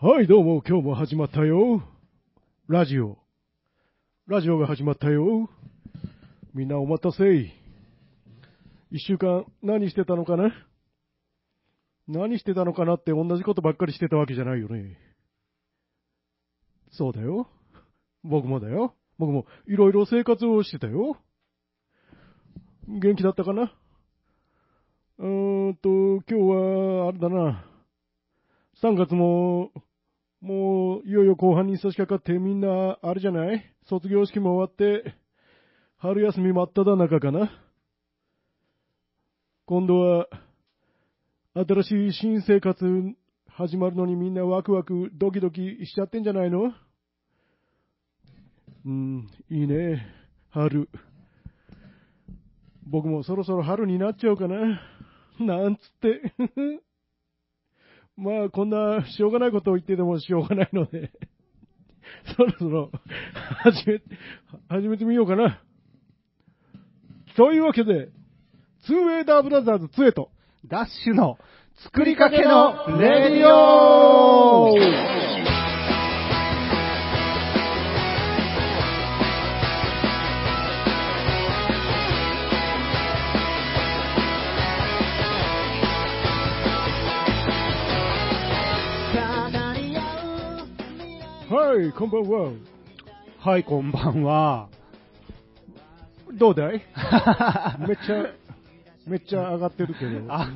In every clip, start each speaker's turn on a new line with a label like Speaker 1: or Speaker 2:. Speaker 1: はい、どうも、今日も始まったよ。ラジオ。ラジオが始まったよ。みんなお待たせ。一週間、何してたのかな何してたのかなって同じことばっかりしてたわけじゃないよね。そうだよ。僕もだよ。僕も、いろいろ生活をしてたよ。元気だったかなうーんと、今日は、あれだな。3月も、もう、いよいよ後半に差し掛かってみんな、あれじゃない卒業式も終わって、春休み真っ只中かな今度は、新しい新生活始まるのにみんなワクワクドキドキしちゃってんじゃないのうん、いいね。春。僕もそろそろ春になっちゃうかな。なんつって。まあ、こんな、しょうがないことを言っててもしょうがないので、 そろそろ、始め、始めてみようかな。というわけで、ツーウェイダーブラザーズ2へと、
Speaker 2: ダッシュの作りかけのレディオ
Speaker 1: はい、こんばんは。
Speaker 2: はい、こんばんは。
Speaker 1: どうだ いめっちゃ、めっちゃ上がってるけど。
Speaker 2: あ、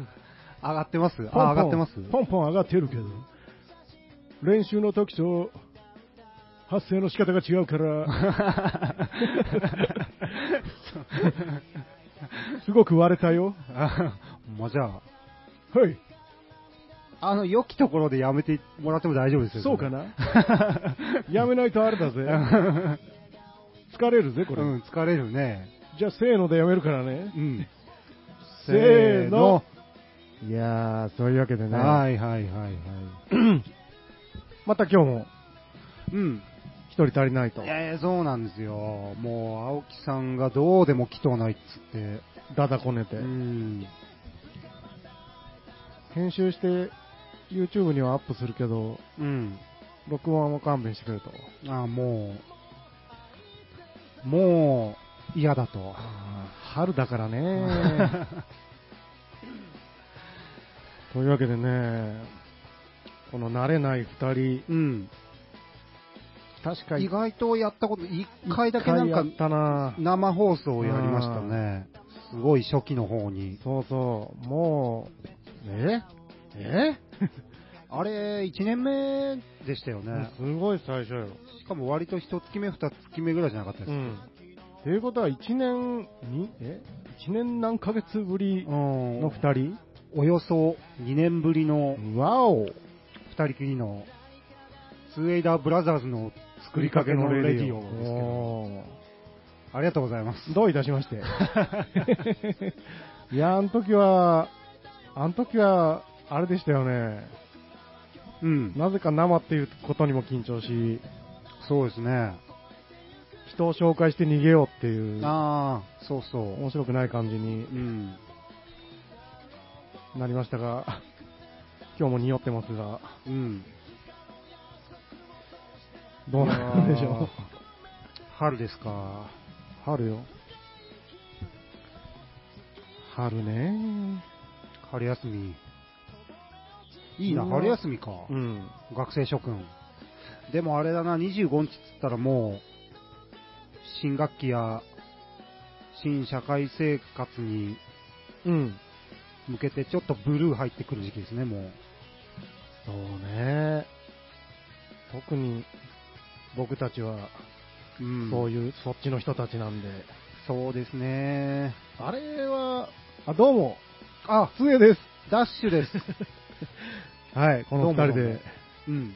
Speaker 2: 上がってます
Speaker 1: ポンポン
Speaker 2: あ、上がってます
Speaker 1: ポンポン上がってるけど。練習の時と、発声の仕方が違う から、すごく割れたよ。
Speaker 2: あもうじゃあ、
Speaker 1: はい。
Speaker 2: あの、良きところでやめてもらっても大丈夫ですよ。
Speaker 1: そうか なやめないとあれだぜ。疲れるぜ、こ
Speaker 2: こ
Speaker 1: れ。
Speaker 2: れ。うん、疲れるね。
Speaker 1: じゃあ、せーのでやめるからね
Speaker 2: う。ん。
Speaker 1: せーの。
Speaker 3: いやー、そういうわけでね、
Speaker 2: はいはいはいはい。
Speaker 3: また今日も
Speaker 2: うん。
Speaker 3: 一人足りないと、
Speaker 2: えー、そうなんですよ。もう、青木さんがどうでも来とうないっつって。
Speaker 3: だだこねて、
Speaker 2: うん。
Speaker 3: 編集して、YouTube にはアップするけど、
Speaker 2: うん。
Speaker 3: 録音はもう勘弁してくれと、
Speaker 2: あもう、もう、嫌だと。
Speaker 3: 春だか らね、というわけでね、この慣れない2人、
Speaker 2: うん。
Speaker 3: 確か
Speaker 2: 意
Speaker 3: に
Speaker 2: 外とやったこと、一回だけなん
Speaker 3: や
Speaker 2: か
Speaker 3: っ、たな、
Speaker 2: 生放送をやりましたね。すごい初期の方に。
Speaker 3: そうそう、もう、ええ
Speaker 2: あれ、1年目でしたよね。
Speaker 3: すごい最初よ。
Speaker 2: しかも割と一月目、二月目ぐらいじゃなかったです
Speaker 3: う
Speaker 2: か。
Speaker 3: ん。ということは、1年に、え ?1 年何ヶ月ぶり
Speaker 2: うん
Speaker 3: の2人
Speaker 2: およそ2年ぶりの
Speaker 3: わお
Speaker 2: 二人きりの、ツーエイダーブラザーズの作りかけのレディオですけど、
Speaker 3: お
Speaker 2: ありがとうございます。
Speaker 3: ーどういたしま して。いや、あの時は、あの時は、あれでしたよね。
Speaker 2: うん。
Speaker 3: なぜか生っていうことにも緊張し、
Speaker 2: そうですね。
Speaker 3: 人を紹介して逃げようっていう、
Speaker 2: ああ、そうそう。
Speaker 3: 面白くない感じに
Speaker 2: うん。
Speaker 3: なりましたが、 今日も匂ってますが、
Speaker 2: うん。
Speaker 3: どうなんでしょ
Speaker 2: あ春ですか。
Speaker 3: う。春よ。春ね。
Speaker 2: 春休み。いいな、
Speaker 3: うん
Speaker 2: 春休みか。
Speaker 3: うん。
Speaker 2: 学生諸君。でもあれだな、25日っつったらもう、新学期や、新社会生活に
Speaker 3: うん。
Speaker 2: 向けてちょっとブルー入ってくる時期ですね、もう。
Speaker 3: そうね。特に僕たちは、
Speaker 2: うん
Speaker 3: そう
Speaker 2: う
Speaker 3: いう、そっちの人たちなんで。
Speaker 2: そうですね。
Speaker 3: あれは、あ、どうも、
Speaker 2: あ、
Speaker 3: つえです。
Speaker 2: ダッシュです。
Speaker 3: はい、この二人
Speaker 2: どうもど
Speaker 3: で。
Speaker 2: うん。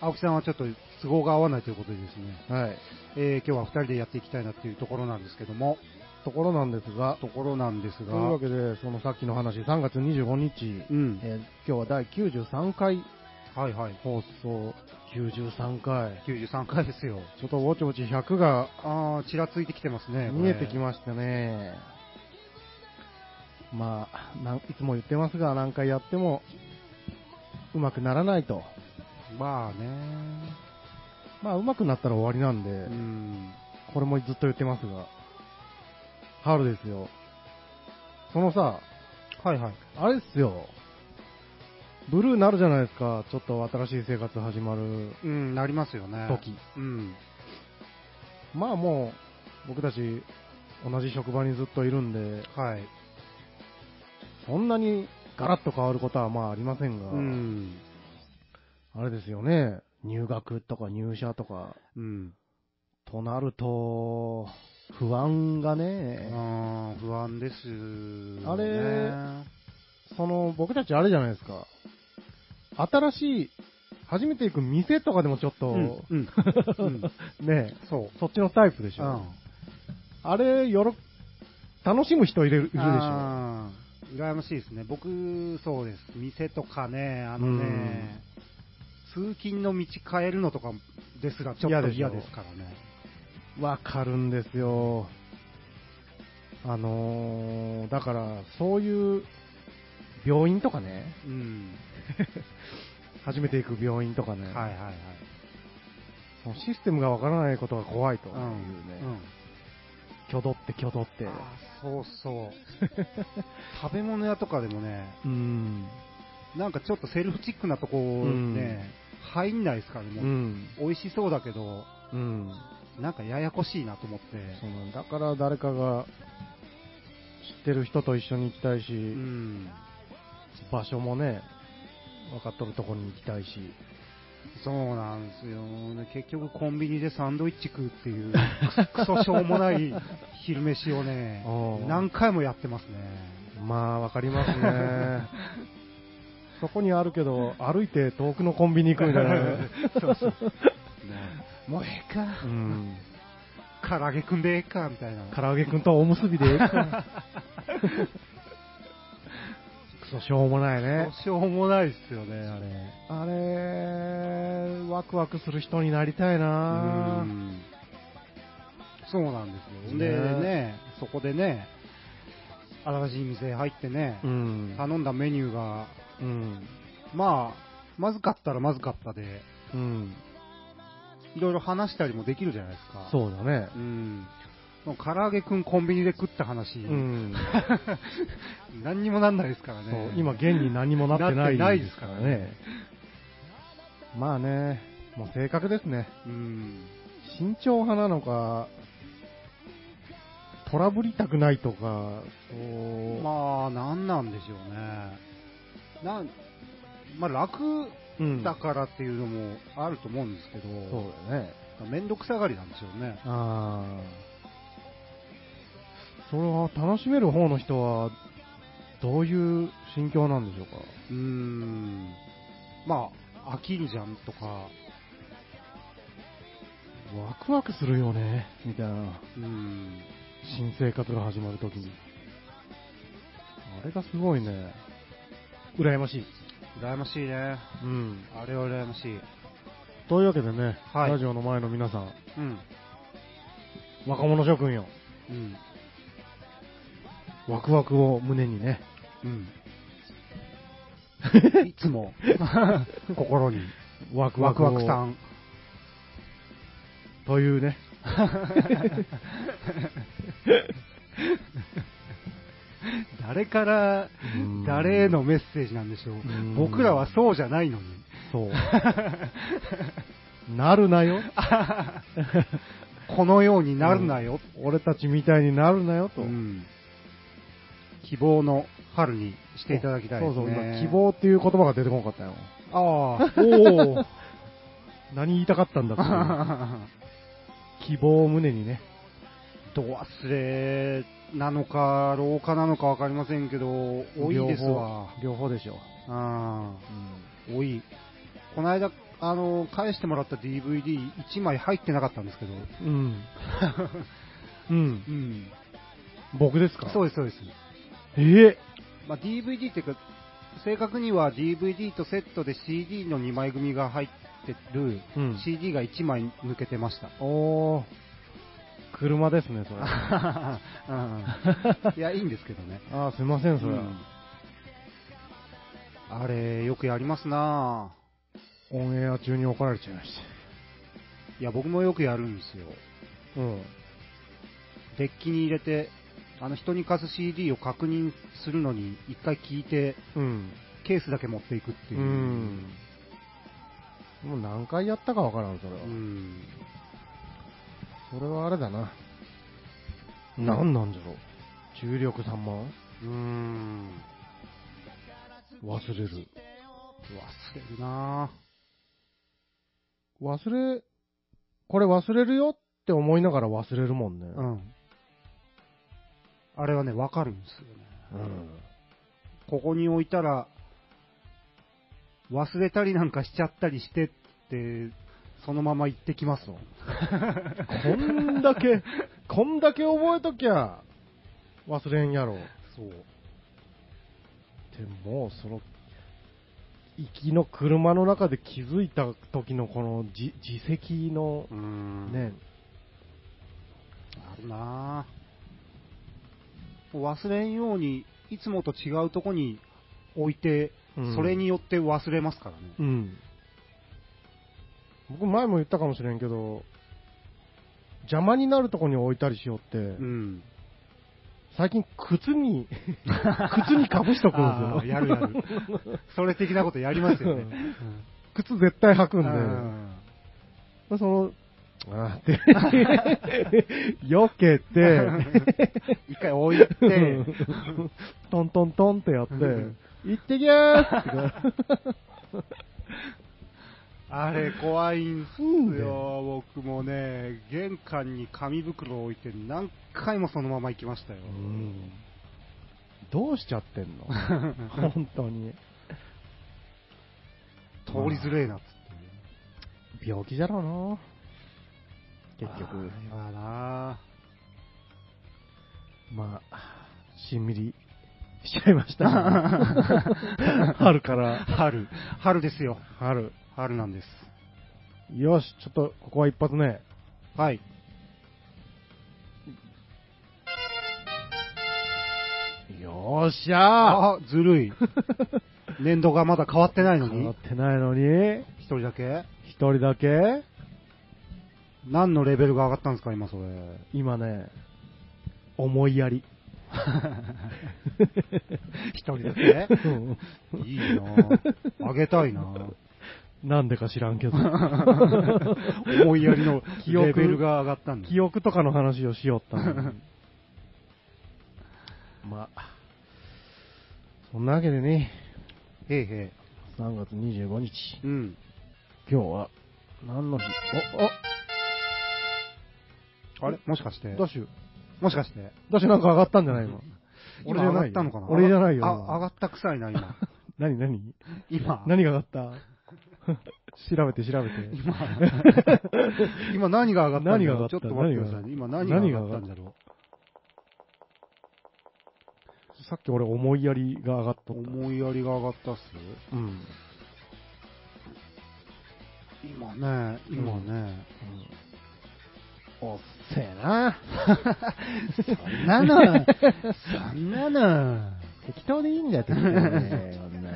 Speaker 2: 青木さんはちょっと都合が合わないということでですね、
Speaker 3: はい。
Speaker 2: えー今日は2人でやっていきたいなっていうところなんですけども、
Speaker 3: ところなんですが、
Speaker 2: ところなんです
Speaker 3: とい
Speaker 2: が、
Speaker 3: うわけで、そのさっきの話、3月25日、
Speaker 2: うん。
Speaker 3: えー今日は第93回
Speaker 2: はいはい。
Speaker 3: 放送、93回。
Speaker 2: 93回ですよ。
Speaker 3: ちょっとぼちぼち100が
Speaker 2: あー、ちらついてきてますね。
Speaker 3: 見えてき
Speaker 2: す。
Speaker 3: ましたね。まあなん、いつも言ってますが、何回やっても、うまくならないと。
Speaker 2: まあね。
Speaker 3: まあ、うまくなったら終わりなんで、
Speaker 2: うん。
Speaker 3: これもずっと言ってますが、春ですよ。そのさ、
Speaker 2: はいはい。
Speaker 3: あれっすよ。ブルーなるじゃないですか。ちょっと新しい生活始まる
Speaker 2: うん、なりますよね。
Speaker 3: 時。
Speaker 2: うん。
Speaker 3: まあもう、僕たち、同じ職場にずっといるんで、
Speaker 2: はい。
Speaker 3: そんなにガラッと変わることはまあありませんが、
Speaker 2: うん。
Speaker 3: あれですよね。入学とか入社とか、
Speaker 2: うん。
Speaker 3: となると、不安がね、
Speaker 2: あー不安ですよね。
Speaker 3: あれその、僕たちあれじゃないですか。新しい、初めて行く店とかでもちょっと、
Speaker 2: うん。うん。うん
Speaker 3: ね、
Speaker 2: そう。
Speaker 3: そっちのタイ プでし
Speaker 2: う
Speaker 3: ょ。
Speaker 2: ん。
Speaker 3: あれ、よろ、楽しむ人いれるいるでしょ。
Speaker 2: あー羨ましいですね。僕、そうです。店とかね、あのね、通勤の道変えるのとかですらちょ
Speaker 3: 嫌
Speaker 2: っと
Speaker 3: でしょ
Speaker 2: 嫌ですからね。
Speaker 3: わかるんですよ。あのーだから、そういう、病院とかね、
Speaker 2: うん。
Speaker 3: 初めて行く病院とかね、
Speaker 2: はいはいはい。
Speaker 3: そのシステムがわからないことが怖いというね、
Speaker 2: うん。
Speaker 3: 挙動って挙動って。
Speaker 2: あーそうそう。 食べ物屋とかでもね、
Speaker 3: うん。
Speaker 2: なんかちょっとセルフチックなとこ
Speaker 3: うん
Speaker 2: ね、入んないですからね、
Speaker 3: う
Speaker 2: もう。
Speaker 3: ん。
Speaker 2: 美味しそうだけど、
Speaker 3: うん。
Speaker 2: なんかややこしいなと思って。
Speaker 3: そうなんだから誰かが知ってる人と一緒に行きたいし、
Speaker 2: うん。
Speaker 3: 場所もね、分かっとるとこに行きたいし。
Speaker 2: そうなんですよ、結局コンビニでサンドイッチ食うっていう、クソしょうもない昼飯をね
Speaker 3: おう、
Speaker 2: 何回もやってますね。
Speaker 3: まあ、わかりますね。そこにあるけど、歩いて遠くのコンビニ行くみたいなね。
Speaker 2: そうそうねもうええか、
Speaker 3: うん。
Speaker 2: 唐揚げくんでええかみたいな、
Speaker 3: 唐揚げくんとおむすびでええか。クソしょうもないね
Speaker 2: ク。ソしょうもないですよね、
Speaker 3: あ
Speaker 2: あれ。
Speaker 3: れ、ワクワクする人になりたいうな、
Speaker 2: んそうなんですよ、
Speaker 3: ね
Speaker 2: でね、そこでね、新しい店入ってね、
Speaker 3: うん
Speaker 2: 頼んだメニューが、
Speaker 3: うん。
Speaker 2: まあ、まずかったらまずかったで。
Speaker 3: うん。
Speaker 2: いろいろ話したりもできるじゃないですか。う。
Speaker 3: そうだね。
Speaker 2: うん。もう唐揚げくんコンビニで食った話、
Speaker 3: うん。
Speaker 2: 何にもなんないですから
Speaker 3: そう
Speaker 2: ね。
Speaker 3: 今、現に何もなってない
Speaker 2: なってないですからね。
Speaker 3: まあね、もう正確ですね。
Speaker 2: うん。
Speaker 3: 慎重派なのか、トラブりたくないとか、そう、
Speaker 2: まあ、なんなんでしょうね。なん、まあ楽
Speaker 3: うん
Speaker 2: だからっていうのもあると思うんですけ
Speaker 3: そう
Speaker 2: ど、
Speaker 3: だよね。
Speaker 2: めんどくさがりなんでしょうね。
Speaker 3: ああ。それは楽しめる方の人は、どういう心境なんでしょうか。
Speaker 2: うん。まあ、飽きるじゃんとか、
Speaker 3: ワクワクするよね、みたいな。
Speaker 2: うん。
Speaker 3: 新生活が始まるときに。あれがすごいね。羨ましい。
Speaker 2: 羨ましいね。
Speaker 3: うん。
Speaker 2: あれは羨ましい。
Speaker 3: というわけでね、
Speaker 2: はい
Speaker 3: ラジオの前の皆さん、
Speaker 2: うん。
Speaker 3: 若者諸君よ、
Speaker 2: うん。
Speaker 3: ワクワクを胸にね、
Speaker 2: うん。いつ も心に
Speaker 3: ワク
Speaker 2: ワ
Speaker 3: ワ
Speaker 2: ク
Speaker 3: クを
Speaker 2: ワクさん。
Speaker 3: というね、
Speaker 2: 誰から
Speaker 3: うん
Speaker 2: 誰へのメッセージなんでしょう
Speaker 3: うん。
Speaker 2: 僕らはそうじゃないの に。
Speaker 3: そう。なるなよ。
Speaker 2: このようになるなよ。
Speaker 3: 俺たちみたいになるなよと。
Speaker 2: うん希望の春にしていただきたいですね。
Speaker 3: そうそう、今、希望っていう言葉が出てこなか ったよ。
Speaker 2: あ
Speaker 3: おお何言いたかったんだっ
Speaker 2: あ。
Speaker 3: て いう。希望を胸にね。
Speaker 2: ど忘れなのか、老化なのかわかりませんけど、多いですわ。
Speaker 3: 両方両方でしょう。
Speaker 2: あ
Speaker 3: うん
Speaker 2: ー多い。この間、あの、返してもらった DVD1 枚入ってなかったんですけ ど。
Speaker 3: うん。うん。
Speaker 2: うん。
Speaker 3: 僕ですか
Speaker 2: そう
Speaker 3: う。
Speaker 2: です、そうです。
Speaker 3: ええ
Speaker 2: まあ、DVD っていうか、正確には DVD とセットで CD の2枚組が入ってる、
Speaker 3: うん。
Speaker 2: CD が1枚抜けてました。
Speaker 3: おー。車ですね、それ。あ
Speaker 2: うんいや、いいんですけどね。
Speaker 3: ー、すいません、それ。
Speaker 2: うんあれ、よくやりますなぁ。
Speaker 3: オンエア中に怒られちゃいまし
Speaker 2: いや、僕もよくやるんですよ。
Speaker 3: た。うん。
Speaker 2: デッキに入れて、あの、人に貸す CD を確認するのに、一回聞いて、
Speaker 3: うん。
Speaker 2: ケースだけ持っていくって
Speaker 3: う
Speaker 2: いう。
Speaker 3: ん。もう何回やったかわからん、それは。
Speaker 2: うん
Speaker 3: それはあれだな。なんなんじゃろう。重力3万
Speaker 2: うん。
Speaker 3: 忘れる。
Speaker 2: 忘れるな
Speaker 3: 忘れ、これ忘れるよって思いながら忘れるもんね。
Speaker 2: ぁ。うん。あれはね、わかるんですよね。
Speaker 3: うん。
Speaker 2: ここに置いたら、忘れたりなんかしちゃったりしてって、そのまま行ってきますもん。
Speaker 3: こんだけ、こんだけ覚えときゃ、忘れんやろ。
Speaker 2: そう。
Speaker 3: でも、その、行きの車の中で気づいた時のこのじ自責の
Speaker 2: うんね。
Speaker 3: ね、
Speaker 2: あるなぁ。もう忘れんように、いつもと違うとこに置いて、
Speaker 3: うん
Speaker 2: それによって忘れますからね。
Speaker 3: うん。僕前も言ったかもしれんけど、邪魔になるとこに置いたりしようって、
Speaker 2: うん。
Speaker 3: 最近靴に、 靴にかぶしとくんで
Speaker 2: あー
Speaker 3: すよ。
Speaker 2: やるや る。それ的なことやりますよね。うん
Speaker 3: 靴絶対履くん
Speaker 2: う
Speaker 3: で。
Speaker 2: ん
Speaker 3: その、あー って、避けて、
Speaker 2: 一回置いて、
Speaker 3: トントントンってやって
Speaker 2: うん、
Speaker 3: 行ってきゃーって。
Speaker 2: あれ怖いんす
Speaker 3: うんだ
Speaker 2: よ、僕もね、玄関に紙袋を置いて何回もそのまま行きましたよ。
Speaker 3: うんどうしちゃってんの 本当に。
Speaker 2: 通りづれえなっつっ
Speaker 3: 病気じゃろう
Speaker 2: て。
Speaker 3: な結局。
Speaker 2: あれはな
Speaker 3: まあ、しんみりしちゃいました。 春から。
Speaker 2: 春、春ですよ。
Speaker 3: 春。
Speaker 2: 春なんです。
Speaker 3: よし、ちょっと、ここは一発目。
Speaker 2: はい。
Speaker 3: よっしゃー
Speaker 2: あ、ずるい。年度がまだ変わってないの
Speaker 3: 変わ
Speaker 2: に
Speaker 3: っ、てないのに、
Speaker 2: 一人だけ
Speaker 3: 一人だけ
Speaker 2: 何のレベルが上がったんですか、今それ。
Speaker 3: 今ね、思いやり。
Speaker 2: 一人だけ
Speaker 3: うん
Speaker 2: いいなあげたいな
Speaker 3: なんでか知らんけ ど。
Speaker 2: 思いやりの
Speaker 3: 記憶
Speaker 2: レベルが上がったんだ。
Speaker 3: 記憶とかの話をしよったの にまあ、そんなわけでね、
Speaker 2: へいへ
Speaker 3: 3月25日、
Speaker 2: い。うん。
Speaker 3: 今日は、何の日お、
Speaker 2: あれもしかして
Speaker 3: あ、ダッシュ、
Speaker 2: もしかして
Speaker 3: ダッシュなんか上がったんじゃないの
Speaker 2: 今
Speaker 3: 俺じゃ
Speaker 2: 上
Speaker 3: な
Speaker 2: が
Speaker 3: いよ
Speaker 2: ったのかな
Speaker 3: 俺じゃないよ
Speaker 2: あ、上がった臭いな、 今。
Speaker 3: 何何
Speaker 2: 今。
Speaker 3: 何が上がった 調べて調べて。
Speaker 2: 今何が上がったんだろう
Speaker 3: 何が上がった
Speaker 2: ちょっと待ってくださいね。今何が上がったんだろ
Speaker 3: さっき俺思いやりが上がっ
Speaker 2: う
Speaker 3: とった。
Speaker 2: 思いやりが上がったっす
Speaker 3: うん。うん
Speaker 2: 今ね、今ね。
Speaker 3: おっせえな。
Speaker 2: そんなの、そんなの。
Speaker 3: 適当でいいんだよ、適当 でね。そんな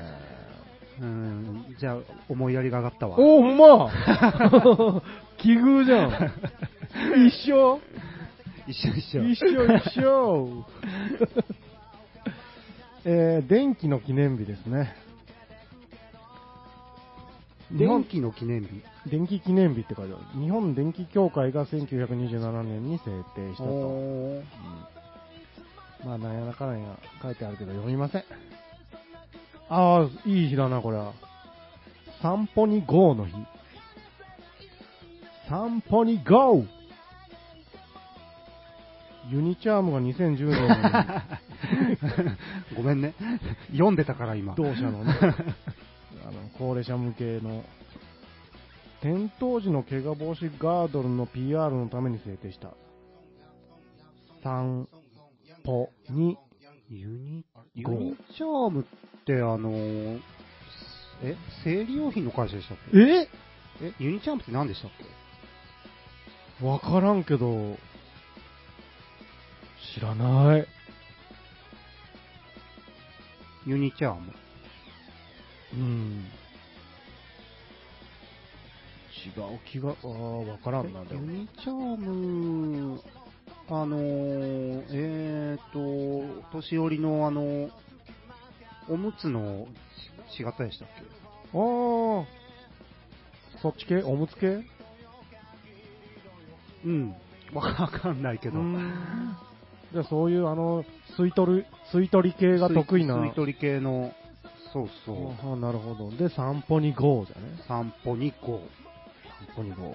Speaker 2: うん、じゃあ、思いやりが上がったわ。
Speaker 3: おお、ほんま 奇遇じゃん。 一緒
Speaker 2: 一緒一緒。
Speaker 3: 一緒一 緒えー、電気の記念日ですね。日
Speaker 2: 電
Speaker 3: 本
Speaker 2: 気の記念日。
Speaker 3: 電気記念日って書いてある。日本電気協会が1927年に制定したと。うん
Speaker 2: おー
Speaker 3: まあ、なんやらかなんや書いてあるけど読みません。ああ、いい日だな、これは。散歩に GO の日。散歩に GO! ユニチャームが2010年 に
Speaker 2: ごめんね。読んでたから今。
Speaker 3: 同社のね、あの高齢者向けの、転倒時の怪我防止ガードルの PR のために制定した。散歩に
Speaker 2: ユニ、ユ
Speaker 3: ゴー
Speaker 2: ニチャームってあのーえ、生理用品の会社でしたっけ
Speaker 3: え
Speaker 2: え、ユニチャームって何でしたっけ
Speaker 3: わからんけど、知らない。
Speaker 2: ユニチャーム。
Speaker 1: うん。
Speaker 3: 違う気が、ああ、わからんな、で
Speaker 2: ユ
Speaker 3: も。
Speaker 2: ニチャーム、あのー、えーと、年寄りのあの、おむつのち違ったでしたっ
Speaker 3: ああ、そっち系おむつ系
Speaker 2: けうん。わかんないけど。
Speaker 3: じゃあそういうあの、吸い取る、吸い取り系が得意な。
Speaker 2: 吸い取り系の、そうそう。
Speaker 3: ああなるほど。で、散歩に GO じゃね。
Speaker 2: 散歩にこ
Speaker 3: 散歩に GO。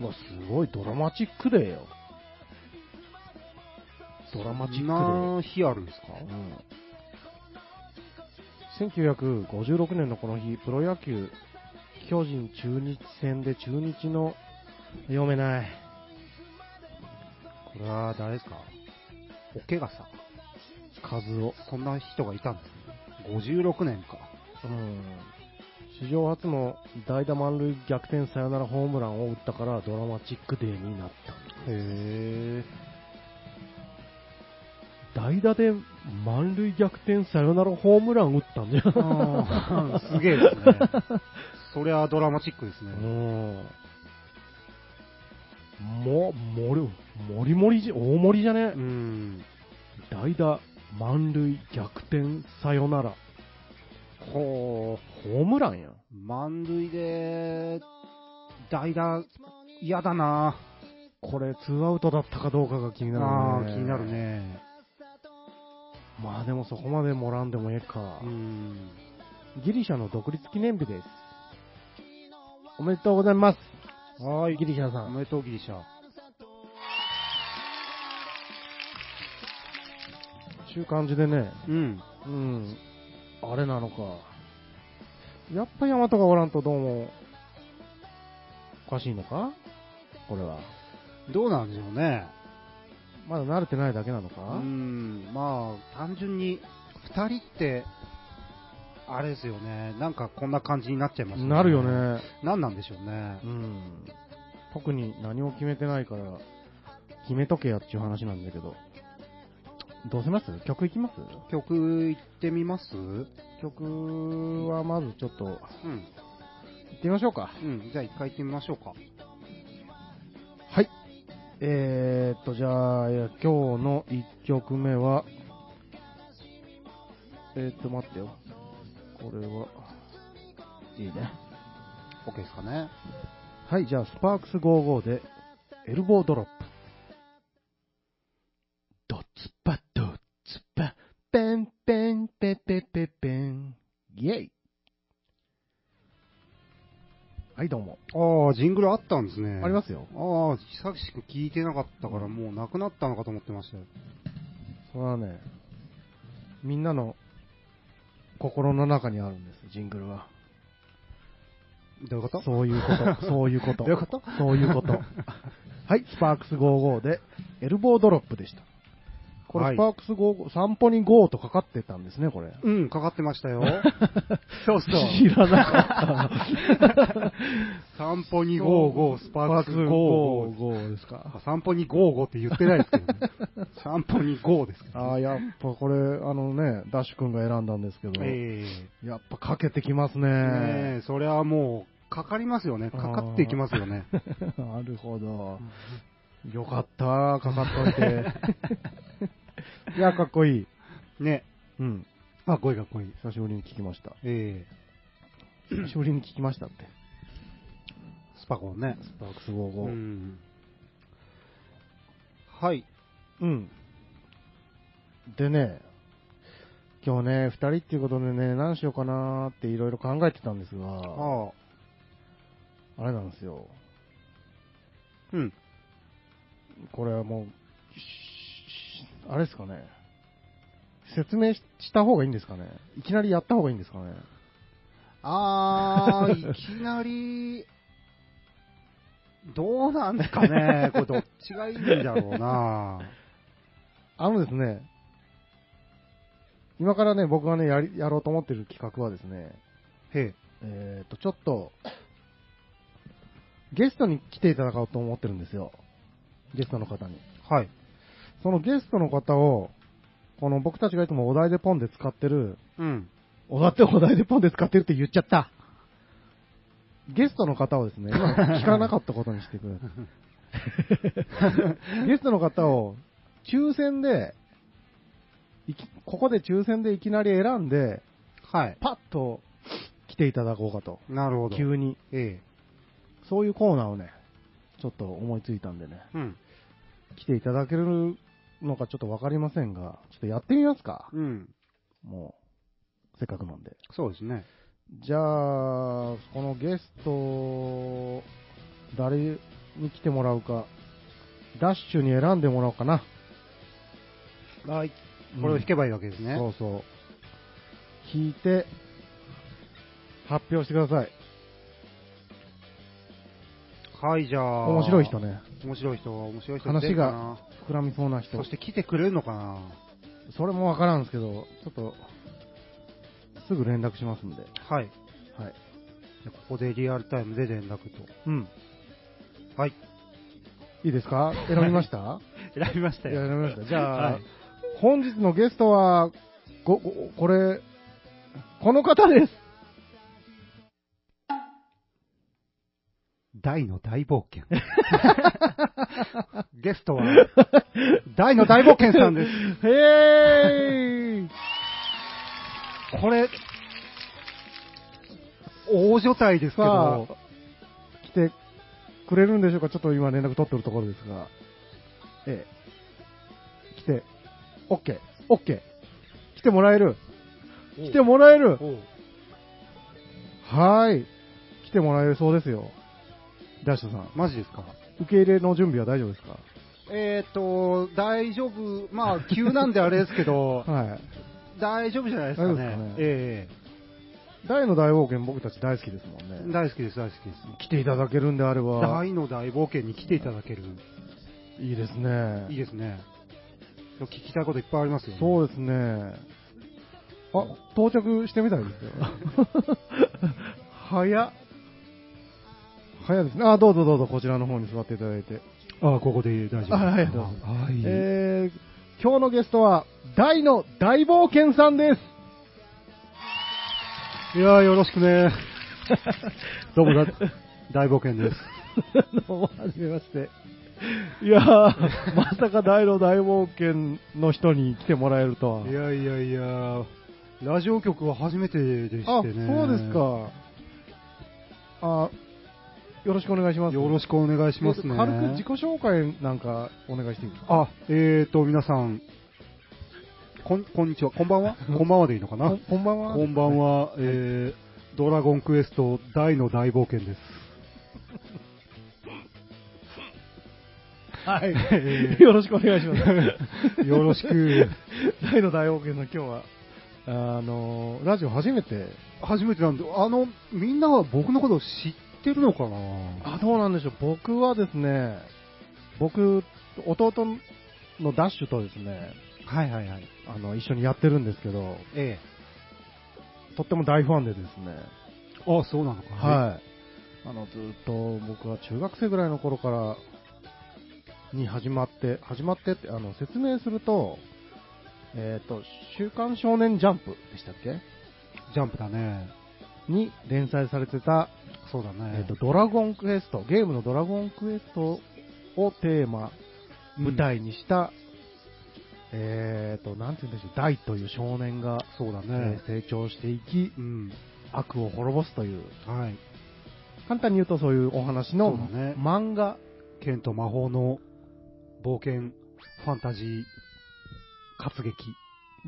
Speaker 3: うわ、すごいドラマチックデーよ。ドラ
Speaker 2: う。
Speaker 3: マチックデー。
Speaker 2: な日あるんですか
Speaker 3: うん1956年のこの日、プロ野球、巨人中日戦で中日の、読めない。
Speaker 2: これは誰ですかおけがさ。
Speaker 3: 数を。
Speaker 2: そんな人がいたんですね。56年か。
Speaker 3: うん。史上初の代打満塁逆転サヨナラホームランを打ったからドラマチックデーになった。
Speaker 2: へえ。
Speaker 3: 代打で満塁逆転サヨナラホームラン打ったんじゃん。
Speaker 2: あーすげえですね。それはドラマチックです
Speaker 3: う
Speaker 2: ね。
Speaker 3: ん。も、もり、もりもりじ、大盛りじゃね
Speaker 2: うん。
Speaker 3: 代打、満塁、逆転、サヨナラ。
Speaker 2: ほ
Speaker 3: ホームランやん。
Speaker 2: う。満塁で、代打、嫌だな
Speaker 3: これ、ツーアウトだったかどうかが気になる
Speaker 2: ああ
Speaker 3: ね。
Speaker 2: ー、気になる。ね。
Speaker 3: まあでもそこまでもらんでもええか
Speaker 2: う。ん。
Speaker 3: ギリシャの独立記念日です。おめでとうございます。はーい、ギリシャさ
Speaker 2: お
Speaker 3: ん。
Speaker 2: めでとう、ギリシャ。
Speaker 3: ちゅう感じでね、
Speaker 2: うん。
Speaker 3: うん、あれなのか。やっぱヤマトがおらんとどうも、おかしいのかこれは。
Speaker 2: どうなんでしょうね。
Speaker 3: まだ慣れてないだけなのか
Speaker 2: うーん、まあ、単純に、二人って、あれですよね、なんかこんな感じになっちゃいます
Speaker 3: なるよ。ね。
Speaker 2: 何なんでしょうね
Speaker 3: う。ん。特に何も決めてないから、決めとけやっていう話なんだけど。どうします曲いきます
Speaker 2: 曲行ってみますうん。
Speaker 3: 曲はまずちょっと、行
Speaker 2: う
Speaker 3: ってみましょうか。
Speaker 2: ん、じゃあ一回行ってみましょうか。
Speaker 3: はい。えー、っと、じゃあ、いや今日の1曲目は、えー、っと、待ってよ。これは、いいね。
Speaker 2: OK ですかね。
Speaker 3: はい、じゃあ、スパークス55で、エルボードロップ。ドツパドツパ、ペンペンペペペペン、イェイはい、どうも。
Speaker 2: ああ、ジングルあったんですね。。
Speaker 3: ありますすよ。
Speaker 2: ああ、久しく聞いてなかったから、もうなくなったのかと思ってましたよ。
Speaker 3: それはね、みんなの心の中にあるんですよ、ジングルは。
Speaker 2: どういうこと
Speaker 3: そういう こと、そういうこと。
Speaker 2: どういうこと
Speaker 3: そういう こと。はい、スパークス55で、エルボードロップでした。これ、
Speaker 2: はい
Speaker 3: スパークス55、散歩に5とかかってたんですね、これ。
Speaker 2: うん、かかってましたよ。 そうそう。
Speaker 3: 知らなかった。
Speaker 2: 散歩に55、スパークス55。
Speaker 3: 55ですか。
Speaker 2: 散歩に55って言ってないですけ ど、ね、散歩に5ですけど、
Speaker 3: ああ、やっぱこれ、あのね、ダッシュ君が選んだんですけど、
Speaker 2: え
Speaker 3: やっぱかけてきます
Speaker 2: え
Speaker 3: ね
Speaker 2: ねえ、それはもう、かかりますよね。かかっていきますよね。
Speaker 3: なるほど。よかった、かかっとい て。いや、かっこいい。
Speaker 2: ね。
Speaker 3: うん。
Speaker 2: あ、声が濃い。
Speaker 3: 久しぶりに聞きました。
Speaker 2: ええ
Speaker 3: 久しぶりに聞きましたって。
Speaker 2: スパコンね。
Speaker 3: スパークス55。
Speaker 2: う
Speaker 3: うん。
Speaker 2: ん。はい。
Speaker 3: でね、今日ね、二人っていうことでね、何しようかなーっていろいろ考えてたんです
Speaker 2: あ
Speaker 3: が、
Speaker 2: あ。
Speaker 3: あれなんですよ。
Speaker 2: うん。
Speaker 3: これはもう、しあれですかね。説明しした方がいいんですかね。いきなりやった方がいいんですかね。
Speaker 2: ああ、い きなり、どうなんですかね。これどっちがいいんだろうな。
Speaker 3: あのですね、今からね、僕がね、やりやろうと思ってる企画はですね、
Speaker 2: へ
Speaker 3: えっ、と、ちょっと、ゲストに来ていただこうと思ってるんですよ。ゲストの方に。
Speaker 2: え。はい。
Speaker 3: そのゲストの方を、この僕たちがいつもお題でポンで使ってる、
Speaker 2: うん。
Speaker 3: おだってお題でポンで使ってるって言っちゃった。ゲストの方をですね、今聞かなかったことにしてくれ。 ゲストの方を抽選で、いきここで抽選でいきなり選んで、
Speaker 2: はい。
Speaker 3: パッと来ていただこうかと。
Speaker 2: なるほど。
Speaker 3: 急に。
Speaker 2: ええ。
Speaker 3: そういうコーナーをね、ちょっと思いついたんでね、
Speaker 2: うん。
Speaker 3: 来ていただけるのかちょっとわかりませんが、ちょっとやってみますか。
Speaker 2: うん。
Speaker 3: もう、せっかくなんで。
Speaker 2: そうですね。
Speaker 3: じゃあ、このゲスト、誰に来てもらうか、ダッシュに選んでもらおうかな。
Speaker 2: はい。これを引けばいいわけですね。
Speaker 3: そうそう。引いて、発表してください。
Speaker 2: はい、じゃあ。
Speaker 3: 面白い人。ね。
Speaker 2: 面白い人、面白い人
Speaker 3: 話
Speaker 2: 出るか
Speaker 3: が
Speaker 2: な。
Speaker 3: 膨らみそうな人
Speaker 2: そし。て来てくれるのかな
Speaker 3: それもわからんすけど、ちょっと、すぐ連絡しますんで。
Speaker 2: はい。
Speaker 3: はい。
Speaker 2: じゃあここでリアルタイムで連絡と。
Speaker 3: うん。
Speaker 2: はい。
Speaker 3: いいですか選びました、
Speaker 2: 選びました
Speaker 3: いや、
Speaker 2: よ。
Speaker 3: 選びました。じゃあ、
Speaker 2: はい
Speaker 3: 本日のゲストは、ご、ごこれ、この方です。
Speaker 2: 大の大冒険。 ゲストは、大の大冒険さんです。
Speaker 3: へ ーい
Speaker 2: これ、大所帯です
Speaker 3: さ
Speaker 2: けど、
Speaker 3: あ、来てくれるんでしょうかちょっと今連絡取ってるところですが。ええ。来て、OK、OK。来てもらえる。来てもらえる。
Speaker 2: おう
Speaker 3: はーい。来てもらえるそうですよ。ダッシュさん。
Speaker 2: マジですか
Speaker 3: 受け入れの準備は大丈夫ですか
Speaker 2: えっ、と、大丈夫、まあ、急なんであれですけど、
Speaker 3: はい。
Speaker 2: 大丈夫じゃないですかね。
Speaker 3: 大丈夫ですかね
Speaker 2: え
Speaker 3: 大の大冒険僕たち大好きですもん
Speaker 2: え
Speaker 3: ね。
Speaker 2: 大好きです、大好きです。
Speaker 3: 来ていただけるんであれば、
Speaker 2: 大の大冒険に来ていただける。
Speaker 3: いいですね。
Speaker 2: いいですね。聞きたいこといっぱいありますよ、ね。
Speaker 3: そうですね。あ、到着してみたいですよ。 早っ。早いですね。あ、どうぞどうぞ、こちらの方に座っていただいて。
Speaker 2: あここで大丈夫です
Speaker 3: あはいどうぞ
Speaker 2: はい
Speaker 3: えー、今日のゲストは、大の大冒険さんです。
Speaker 2: いやーよろしくね。
Speaker 3: どうもだ
Speaker 2: 大冒険です。
Speaker 3: どうも、はじめまして。いやー、まさか大の大冒険の人に来てもらえるとは。
Speaker 2: いやいやいや、ラジオ局は初めてでし
Speaker 3: あ、
Speaker 2: てね。
Speaker 3: そうです。か。あ、よろしくお願いします。
Speaker 2: よろしくお願いしますね。
Speaker 3: 軽く自己紹介なんかお願いしていいですか
Speaker 2: あ、えーと、皆さん、こん、こんにちは。こんばん はこんばんはでいいのかな
Speaker 3: ここんばんは。
Speaker 2: こんばんは、えー、ドラゴンクエスト大の大冒険です。
Speaker 3: はい。
Speaker 2: え
Speaker 3: よろしくお願いします。
Speaker 2: よろしく。
Speaker 3: 大の大冒険の今日は、あの、ラジオ初めて。
Speaker 2: 初めてなんで、あの、みんなは僕のことを知ってるのかな
Speaker 3: あ、どうなんでしょう。僕はですね、僕、弟のダッシュとですね、
Speaker 2: はいはいはい。
Speaker 3: あの、一緒にやってるんですけど、
Speaker 2: え
Speaker 3: とっても大ファンでですね、
Speaker 2: え。あ、そうなのか。
Speaker 3: はい。あの、ずっと僕は中学生ぐらいの頃から、に始まって、始まってって、あの、説明すると、えっ、と、週刊少年ジャンプでしたっけ
Speaker 2: ジャンプだね。
Speaker 3: に連載されてた、
Speaker 2: そうだね。
Speaker 3: えっ、と、ドラゴンクエスト、ゲームのドラゴンクエストをテーマ、
Speaker 2: うん
Speaker 3: 舞台にした、えっ、と、なんて言うんでしょう、大という少年が、
Speaker 2: そうだね
Speaker 3: え。ー成長していき、
Speaker 2: うん。
Speaker 3: 悪を滅ぼすという、
Speaker 2: はい。
Speaker 3: 簡単に言うとそういうお話
Speaker 2: そ
Speaker 3: の
Speaker 2: うだね
Speaker 3: 漫画
Speaker 2: 剣と魔法の冒険、ファンタジー、活劇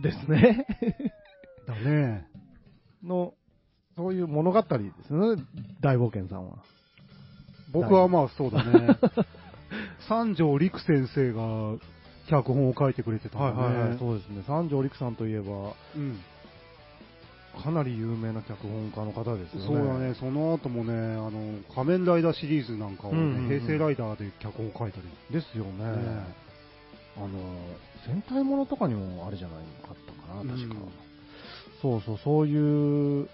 Speaker 3: ですね。
Speaker 2: だね。
Speaker 3: の、そういう物語ですね、大冒険さんは。
Speaker 2: 僕はまあそうだね。 三条陸先生が脚本を書いてくれてたんだね。
Speaker 3: そうですね。三条陸さんといえば、
Speaker 2: うん。
Speaker 3: かなり有名な脚本家の方ですよね。
Speaker 2: そうだね、。その後もね、あの、仮面ライダーシリーズなんかをね、
Speaker 3: うんうんうん
Speaker 2: 平成ライダーで脚本を書いたり。
Speaker 3: ですよね。
Speaker 2: ね
Speaker 3: あの、戦隊ものとかにもあれじゃないかったかな、確か。
Speaker 2: うん
Speaker 3: そうそう、そういう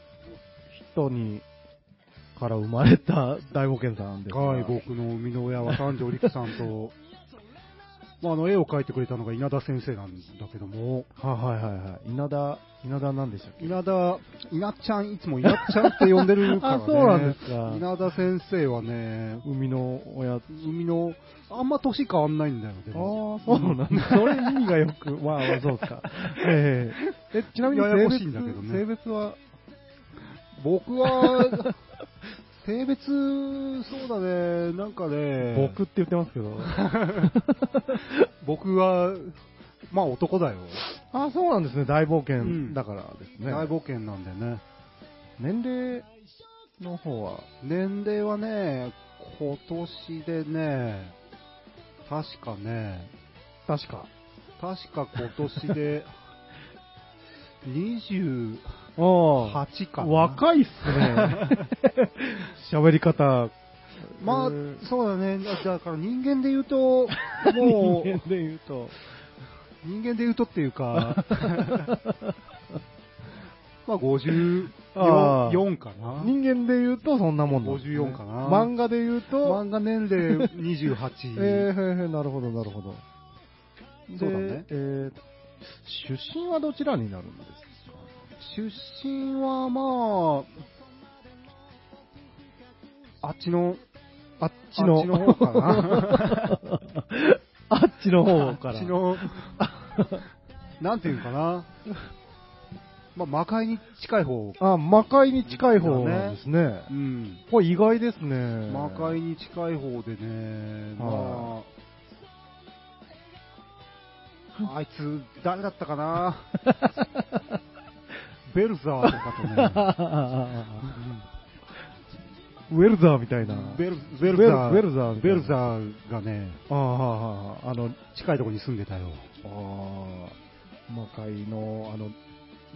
Speaker 3: 人に、から生まれ た大冒険さんですが
Speaker 2: はい、僕の身の親は三条陸さんと、まあ、あの絵を描いてくれたのが稲田先生なんだけども、
Speaker 3: はいはいはいはい。稲田、稲田なんでしたっけ
Speaker 2: 稲田、稲ちゃん、いつも稲ちゃんって呼んでるから、
Speaker 3: 、
Speaker 2: ね
Speaker 3: あそうなんですか
Speaker 2: 稲田先生はね、
Speaker 3: 生みの親。ああ、
Speaker 2: 海の、あんま年変わんないんだよ、でも。
Speaker 3: そうなんだ。それ意味がよく、まあまあそう ですか。えええ、ちなみに
Speaker 2: やや
Speaker 3: 性
Speaker 2: こし
Speaker 3: 別
Speaker 2: いんだけどね
Speaker 3: 性別は、
Speaker 2: 僕は、 性別、そうだね、なんかね、
Speaker 3: 僕って言ってますけ ど。
Speaker 2: 僕は、まあ男だよ。
Speaker 3: ああ、そうなんですね。大冒
Speaker 2: う
Speaker 3: 険
Speaker 2: ん
Speaker 3: だからですね。
Speaker 2: 大冒険なんでね。
Speaker 3: 年齢の方は、
Speaker 2: 年齢はね、今年でね、確かね、
Speaker 3: 確か。
Speaker 2: 確か今年で、28
Speaker 3: あ
Speaker 2: かな。い。
Speaker 3: 若いっす ね。喋り方。
Speaker 2: まあ
Speaker 3: うー、
Speaker 2: そうだね。だから人間で言う と、もう、
Speaker 3: で言うと。
Speaker 2: 人間で言うとっていう か、まあ
Speaker 3: あー
Speaker 2: 54かな。
Speaker 3: 人間で言うとそんなもんなんですね、
Speaker 2: 54かな
Speaker 3: 漫画で言うと、
Speaker 2: 漫画年齢28。
Speaker 3: えー、へーへーなるほど、なるほど。で
Speaker 2: そうだね
Speaker 3: えー出身はどちらになるんですか
Speaker 2: 出身はまあ、あっちの、
Speaker 3: あっちの。
Speaker 2: あっちの方かな。
Speaker 3: あっちの
Speaker 2: あ
Speaker 3: 方から。
Speaker 2: っちの、なんていうかな。まあ、魔界に近い方。
Speaker 3: あ、魔界に近い方なんですね。
Speaker 2: うん。
Speaker 3: これ意外ですね。
Speaker 2: 魔界に近い方でね、ま
Speaker 3: は
Speaker 2: あ、あいつ、誰だったか なベルザーとかとね、
Speaker 3: ウェルザーみた いな。
Speaker 2: ベルベルザー、
Speaker 3: ベルザー
Speaker 2: ベルザーがね、
Speaker 3: あああああの、
Speaker 2: 近いところに住んでたよ。
Speaker 3: ああ、魔界の、あの、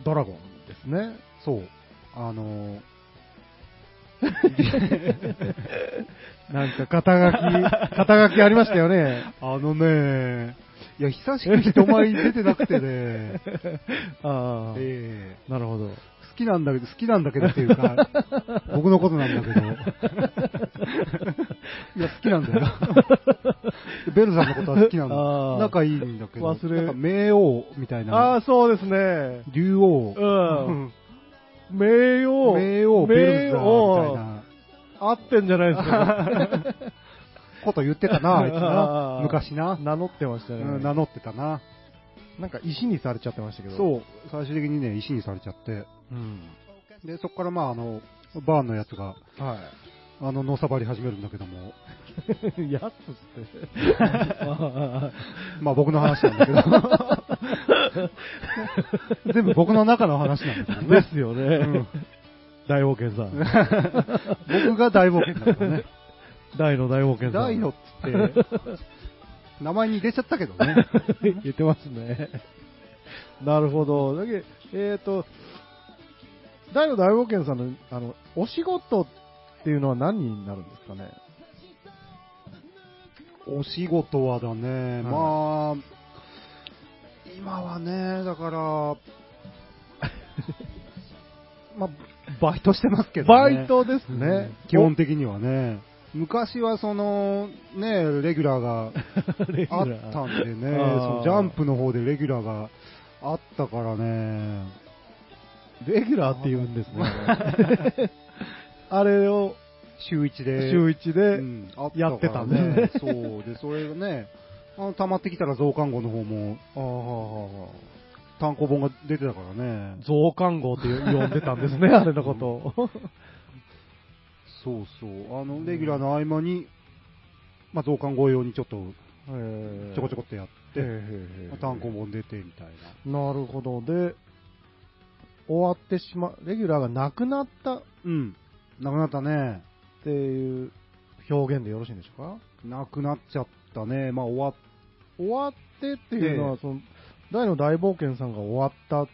Speaker 3: ドラゴンですね。
Speaker 2: そう。あの、
Speaker 3: なんか肩書き、肩書きありましたよね。
Speaker 2: あのね、いや、久しく人前に出てなくてね、
Speaker 3: ああ、
Speaker 2: ええ
Speaker 3: なるほど。
Speaker 2: 好きなんだけど、好きなんだけどってい うか、僕のことなんだけど。いや、好きなん だよ。ベルさんのことは好きなんだ
Speaker 3: あー。
Speaker 2: 仲いいんだけど、
Speaker 3: 忘れ
Speaker 2: なんか冥王みたい
Speaker 3: あ
Speaker 2: な
Speaker 3: あ、、そうですね。
Speaker 2: 竜王、
Speaker 3: うん。名誉。
Speaker 2: 冥王、ベルザーみたいな
Speaker 3: 合ってんじゃないですか。
Speaker 2: こと言って たな、あいつ
Speaker 3: あ
Speaker 2: な
Speaker 3: ー。
Speaker 2: 昔な。
Speaker 3: 名乗ってました
Speaker 2: う
Speaker 3: ね。
Speaker 2: ん名乗ってたな。
Speaker 3: なんか石にされちゃってましたけど。う。
Speaker 2: そう、最終的にね、石にされちゃって。
Speaker 3: うん。
Speaker 2: で、そこからまあ、あの、バーンのやつが、
Speaker 3: はい。
Speaker 2: あの、のさばり始めるんだけども、
Speaker 3: やつって。あ
Speaker 2: まあ僕の話なんだけ ど。全部僕の中の話なんだけ
Speaker 3: あ
Speaker 2: ど
Speaker 3: で
Speaker 2: ね。
Speaker 3: すよね。
Speaker 2: ん
Speaker 3: 大冒険さん。
Speaker 2: 僕が大冒険だからね。
Speaker 3: 大の大冒険さん。
Speaker 2: 大のっつって、名前に入れちゃったけどね。
Speaker 3: 言ってますね。 なるほど。だけえっ、と、大の大冒険さんの、あの、お仕事っていうのは何になるんですかね。
Speaker 2: お仕事はだね、まあ、今はね、だから、 まあ、バイトしてますけどね。
Speaker 3: バイトですね。
Speaker 2: ね、基本的にはね。昔はその、ね、レギュラーが
Speaker 3: レギュ
Speaker 2: あ
Speaker 3: ラ
Speaker 2: っ
Speaker 3: ー
Speaker 2: たんでね、
Speaker 3: あー
Speaker 2: そのジャンプの方でレギュラーがあったからね、
Speaker 3: レギュラーって言うんですね。 あれを
Speaker 2: 週1で、
Speaker 3: 週一で、
Speaker 2: うんあ
Speaker 3: やってたん
Speaker 2: ん
Speaker 3: だよね
Speaker 2: ね。そう。で、それがね、あの、溜まってきたら増刊号の方も
Speaker 3: ああ
Speaker 2: 単行本が出てたからね。
Speaker 3: 増刊号って呼んでたんです ね、あれのことを。
Speaker 2: そうそう。あの、レギュラーの合間に、まあ、増刊号用にちょっと、ちょこちょこってやって、まあ単行本出てみたいな。
Speaker 3: なるほど。で、終わってしまう、レギュラーがなくなったっ
Speaker 2: うん。なくなったね。
Speaker 3: ていう表現でよろしいんでしょうか
Speaker 2: なくなっちゃったね。まあ、終わっ
Speaker 3: 終わってっていうの
Speaker 2: え
Speaker 3: は、
Speaker 2: え
Speaker 3: その、大の大冒険さんが終わったっ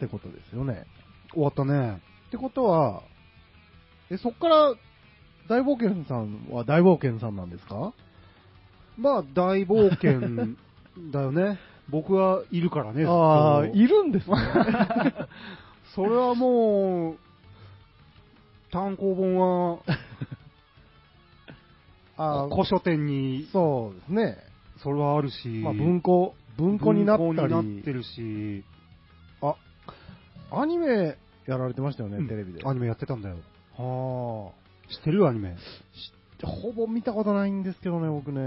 Speaker 3: てことですよね。
Speaker 2: 終わったね。
Speaker 3: ってことは、え、そっから、大冒険さんは大冒険さんなんですか
Speaker 2: まあ、大冒険だ よね。僕はいるからね。
Speaker 3: ああ、
Speaker 2: ずっと
Speaker 3: いるんですね。
Speaker 2: それはもう、単行本 は、
Speaker 3: あー
Speaker 2: 古書店に
Speaker 3: そうですね。
Speaker 2: それはあるし、
Speaker 3: まあ、文庫、文庫になったり、
Speaker 2: 文庫になってるし、
Speaker 3: アニメやられてましたよね、
Speaker 2: うん
Speaker 3: テレビで。
Speaker 2: アニメやってたんだよ。
Speaker 3: は
Speaker 2: 知ってるアニメ。
Speaker 3: あ、ほぼ見たことないんですけどね、僕ね。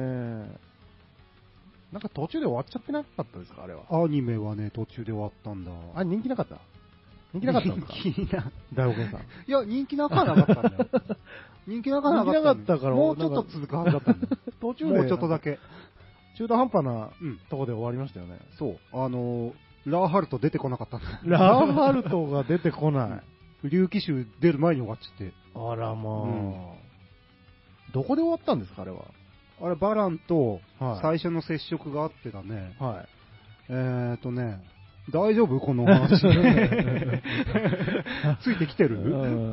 Speaker 3: なんか途中で終わっちゃってなかったですか、あれは。
Speaker 2: アニメはね、途中で終わったんだ。
Speaker 3: あ、人気なかった人気なかったんですか
Speaker 2: 人気な
Speaker 3: 大悟さん。
Speaker 2: いや、人気なかなかったん だよ。人気なかなかったんだよ。
Speaker 3: 人気なかったから
Speaker 2: もうちょっと続くはずだったんだよ。
Speaker 3: 途中で、
Speaker 2: もうちょっとだけ。
Speaker 3: 中途半端な
Speaker 2: うん。
Speaker 3: とこで終わりましたよね。
Speaker 2: そう。あのー、ラーハルト出てこなかったんだ。
Speaker 3: ラーハルトが出てこない。
Speaker 2: 竜騎手出る前に終わっちゃって。
Speaker 3: あらまあ、
Speaker 2: うん
Speaker 3: どこで終わったんですか、あれは。
Speaker 2: あれ、バランと
Speaker 3: は
Speaker 2: 最初の接触があってだね。
Speaker 3: い。はい。
Speaker 2: えーとね、大丈夫こ の話。ついてきて
Speaker 3: う
Speaker 2: る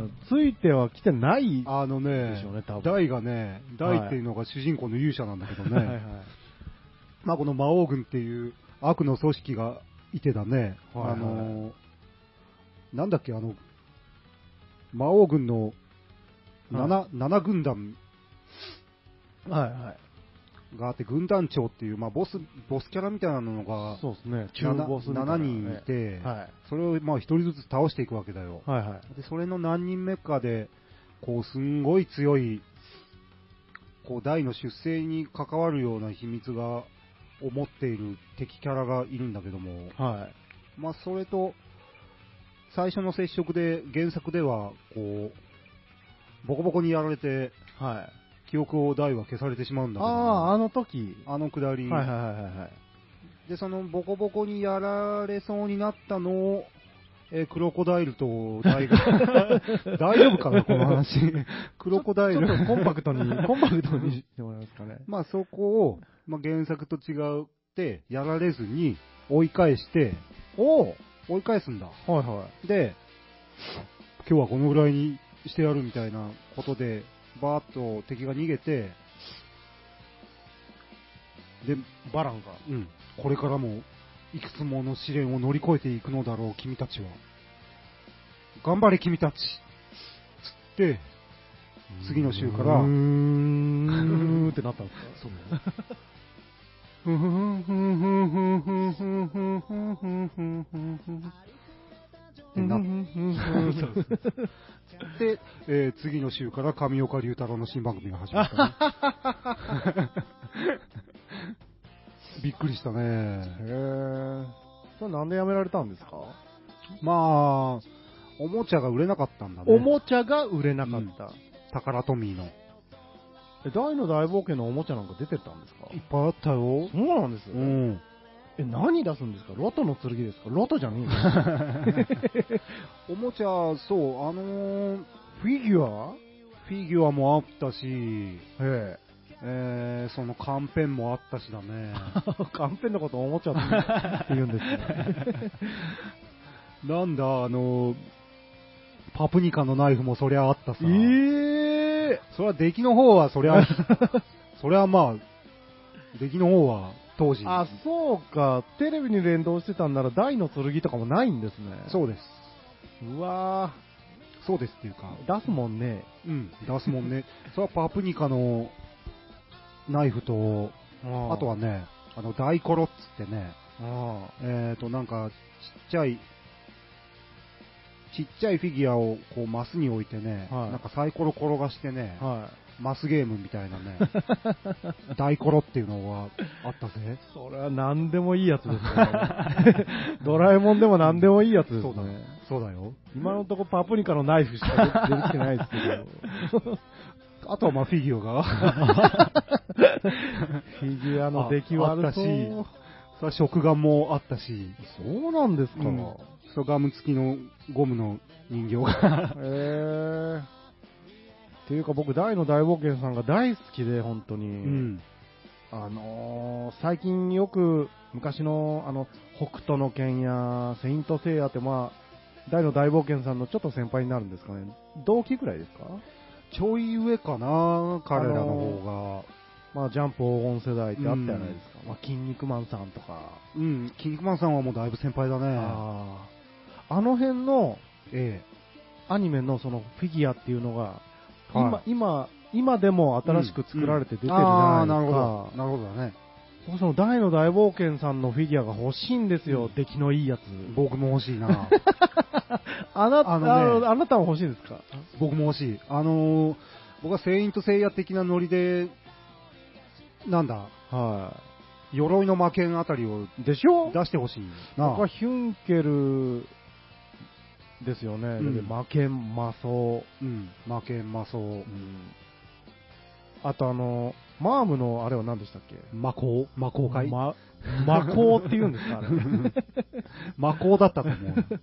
Speaker 3: んついては来てない
Speaker 2: あの
Speaker 3: で
Speaker 2: ね
Speaker 3: しょうね、多分。
Speaker 2: 大がね、大っていうのが主人公の勇者なんだけどね。
Speaker 3: はいはい。
Speaker 2: まあ、この魔王軍っていう悪の組織がいてだね、
Speaker 3: はいはい
Speaker 2: あのなんだっけ、あの魔王軍の 7,、七軍団
Speaker 3: はいはい。
Speaker 2: があって、軍団長っていう、まあ、ボスボスキャラみたいなのが
Speaker 3: そうですね、中
Speaker 2: 7
Speaker 3: ボスみたいな
Speaker 2: 7
Speaker 3: ね
Speaker 2: 人いて、
Speaker 3: は
Speaker 2: それをまあ1人ずつ倒していくわけだよ
Speaker 3: い。、はいはい。
Speaker 2: でそれの何人目かで、こうすんごい強い、こう大の出世に関わるような秘密が思っている敵キャラがいるんだけども。
Speaker 3: はい。
Speaker 2: まあ、それと、最初の接触で、原作では、こう、ボコボコにやられて、
Speaker 3: はい。
Speaker 2: 記憶を大は消されてしまうんだ
Speaker 3: あ
Speaker 2: けど、
Speaker 3: あ、あの時。
Speaker 2: あのくだ
Speaker 3: は
Speaker 2: り、
Speaker 3: いはいはいはいはい。
Speaker 2: で、そのボコボコにやられそうになったのを、えークロコダイルと大が、 大丈夫かな、この話。クロコダイ
Speaker 3: ちょっと
Speaker 2: ル。
Speaker 3: コンパクト に、コンパクトにしてもらえますかね。
Speaker 2: まあ、そこを、まあ、原作と違うって、やられずに、追い返して、
Speaker 3: おお
Speaker 2: 追い返すんだ。
Speaker 3: はいはい。
Speaker 2: で、今日はこのぐらいにしてやるみたいなことで、バーッと敵が逃げて、で、
Speaker 3: バランが。
Speaker 2: うん、これからもいくつもの試練を乗り越えていくのだろう、君たちは。頑張れ、君たちつって、次の週から
Speaker 3: うーん、ってなったんですか
Speaker 2: そう。ふんふんふんふんふんふんふんふんふんふんふんふんふんってなっで、えー次の週から上岡龍太郎の新番組が始まった、 ね、びっくりした
Speaker 3: へ
Speaker 2: ね
Speaker 3: え。それなんでやめられたんですか
Speaker 2: まあおもちゃが売れなかったんだね
Speaker 3: おもちゃが売れなかった。
Speaker 2: 宝トミーのいっ
Speaker 3: え大の大冒険のおもちゃなんか出てたんですか
Speaker 2: ぱいあったよ
Speaker 3: そうなんですよ
Speaker 2: うん
Speaker 3: え、何出すんですかロトの剣ですかロトじゃねえよ
Speaker 2: おもちゃそうあのー
Speaker 3: フィギュア
Speaker 2: フィギュアもあったし、
Speaker 3: え
Speaker 2: えーそのカンペンもあったしだ ね
Speaker 3: え。カンペンのことおもちゃって言うんです ね。
Speaker 2: なんだあのーパプニカのナイフもそりゃあったさ
Speaker 3: ええ
Speaker 2: それは出来の方は、そり ゃ、それはまあ、出来の方は当時。
Speaker 3: あ、そうか。テレビに連動してたんなら大の剣とかもないんですね。
Speaker 2: そうです。
Speaker 3: う。うわ
Speaker 2: そうですっていうか、
Speaker 3: ぁ。出すもんね。
Speaker 2: うん、出すもんね。 それはパプニカのナイフと、あ
Speaker 3: あ
Speaker 2: とはね、あの、ダイコロっつってね、
Speaker 3: あ
Speaker 2: えーと、なんか、ちっちゃい、ちっちゃいフィギュアをこうマスに置いてね、
Speaker 3: はい
Speaker 2: なんかサイコロ転がしてね、
Speaker 3: あ。はい。
Speaker 2: マスゲームみたいなね、 ダイコロっていうのはあったぜ。
Speaker 3: それは何でもいいやつですね。 ドラえもんでも何でもいいやつです
Speaker 2: そうだ
Speaker 3: ね。
Speaker 2: そうだよ。
Speaker 3: 今のとこパプリカのナイフしか出てきてないですけど。
Speaker 2: あとはまあフィギュアが、
Speaker 3: フィギュアの出来悪そう。
Speaker 2: あそれは食玩もあったし、
Speaker 3: そうなんですか。
Speaker 2: うんそのガム付きのゴムの人形が。
Speaker 3: へえ。っていうか僕、大の大冒険さんが大好きで、本当に。
Speaker 2: うん。
Speaker 3: あのー最近よく昔のあの北斗の拳やセイントセイヤって、まあ、大の大冒険さんのちょっと先輩になるんですかね。同期くらいですか
Speaker 2: ちょい上かな、彼らの方が。
Speaker 3: まあ、ジャンプ黄金世代ってあったじゃないですか。
Speaker 2: うん
Speaker 3: まあ、筋肉マンさんとか。
Speaker 2: うん、キングマンさんはもうだいぶ先輩だね。
Speaker 3: あーあの辺の
Speaker 2: え
Speaker 3: アニメのそのフィギュアっていうのが、今、
Speaker 2: はい
Speaker 3: 今、今でも
Speaker 2: え。
Speaker 3: 新しく作られて出てるじ
Speaker 2: うんあ
Speaker 3: ゃ
Speaker 2: あ、な
Speaker 3: ない
Speaker 2: る
Speaker 3: で
Speaker 2: ほ
Speaker 3: すか。
Speaker 2: ど。なるほどだね。
Speaker 3: 僕その大の大冒険さんのフィギュアが欲しいんですよ、出来のいいやつ。
Speaker 2: 僕も欲しいな。
Speaker 3: あなた、
Speaker 2: あ
Speaker 3: あ
Speaker 2: のね
Speaker 3: のあなたも欲しいですか
Speaker 2: 僕も欲しい。あのー僕は聖員と聖夜的なノリで、なんだ、
Speaker 3: は
Speaker 2: 鎧の魔剣あたりを
Speaker 3: い。でしょ
Speaker 2: 出してほしいな
Speaker 3: 僕。はヒュンケルですよね。
Speaker 2: うん
Speaker 3: で魔剣、魔装。
Speaker 2: うん、魔剣、魔装、
Speaker 3: あとあの、マームのあれは何でしたっけ
Speaker 2: 魔法魔法会
Speaker 3: ま、魔法って言うんですかあれ。
Speaker 2: 魔法だったと思う。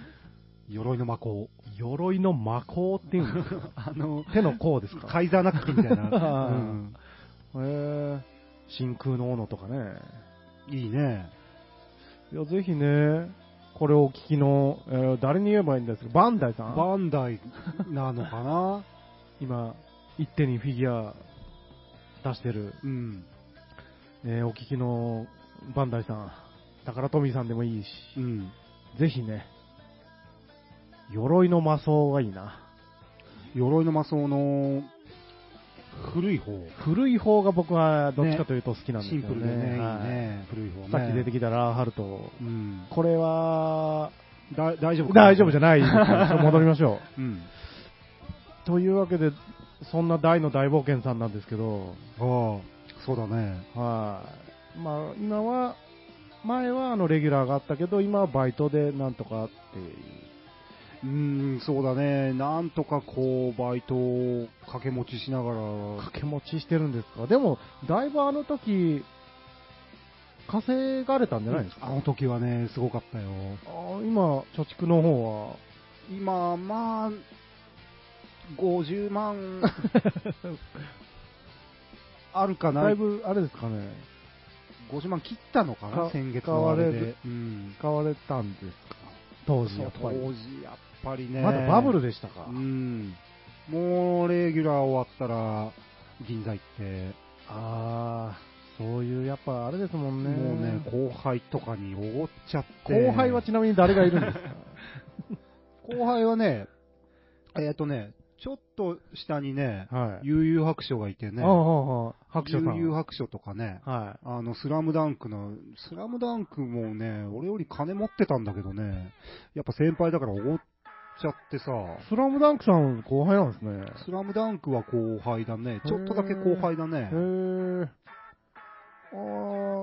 Speaker 2: 鎧の魔法。
Speaker 3: 鎧の魔法って言うんですか
Speaker 2: あの、
Speaker 3: 手の甲ですか
Speaker 2: カイザーナックみたい
Speaker 3: あ
Speaker 2: な。
Speaker 3: ー
Speaker 2: うん
Speaker 3: へえ真空の斧とかね。
Speaker 2: いいね。
Speaker 3: いや、ぜひね、これをお聞きの、えー誰に言えばいいんですかバンダイさん
Speaker 2: バンダイなのかな
Speaker 3: 今、一手にフィギュア出してる、
Speaker 2: うん。
Speaker 3: えーお聞きのバンダイさん、宝富さんでもいいし、
Speaker 2: うん。
Speaker 3: ぜひね、鎧の魔装がいいな。
Speaker 2: 鎧の魔装の古い方。
Speaker 3: 古い方が僕はどっちかというと好きなんです
Speaker 2: シ
Speaker 3: よ
Speaker 2: ン
Speaker 3: ね。
Speaker 2: プルでね、いい
Speaker 3: はい
Speaker 2: ね。古い方ね。
Speaker 3: さっき出てきたラーハルト。
Speaker 2: うん。
Speaker 3: これは、
Speaker 2: だ大丈夫
Speaker 3: 大丈夫じゃない。
Speaker 2: い。
Speaker 3: 戻りましょ
Speaker 2: う
Speaker 3: う。
Speaker 2: ん。
Speaker 3: というわけで、そんな大の大冒険さんなんですけど、
Speaker 2: ああ、そうだね。
Speaker 3: はい。まあ、今は、前はあのレギュラーがあったけど、今はバイトでなんとかっていう。
Speaker 2: うん、そうだね。なんとかこう、バイトを掛け持ちしながら、
Speaker 3: 掛け持ちしてるんですか。でも、だいぶあの時、稼がれたんじゃないですか。
Speaker 2: あの時はね、すごかったよ。
Speaker 3: あー今、貯蓄の方は、
Speaker 2: 今、まあ、50万、 あるかな
Speaker 3: だいぶ、あれですかね、
Speaker 2: 50万切ったのかな
Speaker 3: か
Speaker 2: 先月のあ
Speaker 3: 買
Speaker 2: れ
Speaker 3: われ
Speaker 2: で
Speaker 3: る。
Speaker 2: うん。
Speaker 3: 使われたんですか当時、やっぱり。
Speaker 2: 当時、やっぱりね。
Speaker 3: まだバブルでしたか
Speaker 2: う。ん。もう、レギュラー終わったら、銀座行って、
Speaker 3: ああ、そういう、やっぱあれですもんね。
Speaker 2: もうね、後輩とかにおごっちゃって。
Speaker 3: 後輩はちなみに誰がいるんですか
Speaker 2: 後輩はね、えっ、とね、ちょっと下にね、
Speaker 3: はい。
Speaker 2: 悠々白書がいてね、
Speaker 3: ああ、ああ、白書さん。
Speaker 2: 悠々白書とかね、
Speaker 3: は
Speaker 2: あの、スラムダンクの、スラムダンクもね、俺より金持ってたんだけどね、やっぱ先輩だからおごっちゃってさ、
Speaker 3: い。スラムダンクさん後輩なんですね。
Speaker 2: スラムダンクは後輩だね、ちょっとだけ後輩だね
Speaker 3: へ。え。ああ、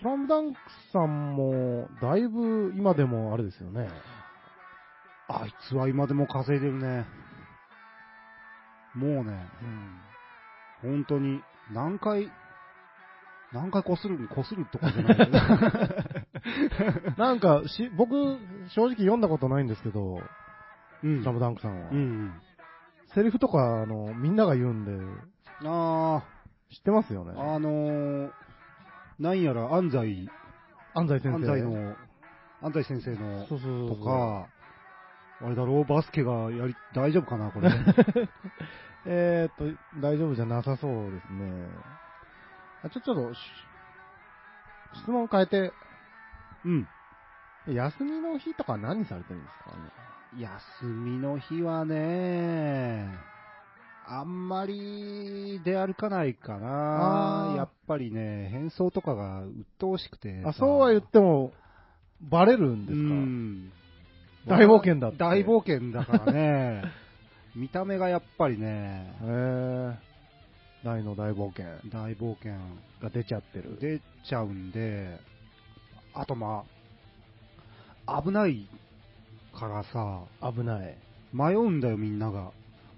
Speaker 3: スラムダンクさんも、だいぶ今でもあれですよね。
Speaker 2: あいつは今でも稼いでるね。もうね、
Speaker 3: うん。
Speaker 2: 本当に、何回、何回こする、こするとかじゃないよ ね
Speaker 3: なんかし、僕、正直読んだことないんですけど、
Speaker 2: うん
Speaker 3: スラムダンクさんは。
Speaker 2: うんうん。
Speaker 3: セリフとか、あの、みんなが言うんで、
Speaker 2: あ
Speaker 3: 知ってますよね
Speaker 2: あ、。あのー、なんやら安西、
Speaker 3: 安西先生。
Speaker 2: 安西の、安西先生の
Speaker 3: そうそうそうそ
Speaker 2: と
Speaker 3: う
Speaker 2: か、あれだろう、バスケがやり、大丈夫かな、これ。
Speaker 3: えーっと、大丈夫じゃなさそうですね。あちょ、ちょっとし、質問変えて、
Speaker 2: うん。
Speaker 3: 休みの日とか何されてるんですか
Speaker 2: 休みの日はね、あんまり出歩かないか
Speaker 3: あ
Speaker 2: な
Speaker 3: ー。
Speaker 2: やっぱりね、変装とかが鬱陶しくてさ。
Speaker 3: あ、そうは言っても、バレるんで
Speaker 2: う
Speaker 3: す
Speaker 2: ん
Speaker 3: か大冒険だって。
Speaker 2: 大冒険だか らね。見た目がやっぱりね、
Speaker 3: 険。へえ大の大冒険
Speaker 2: 大冒険
Speaker 3: が出ちゃってる。
Speaker 2: 出ちゃうんで、あとまあ、危ないからさ、
Speaker 3: 危ない。
Speaker 2: 迷うんだよみんなが。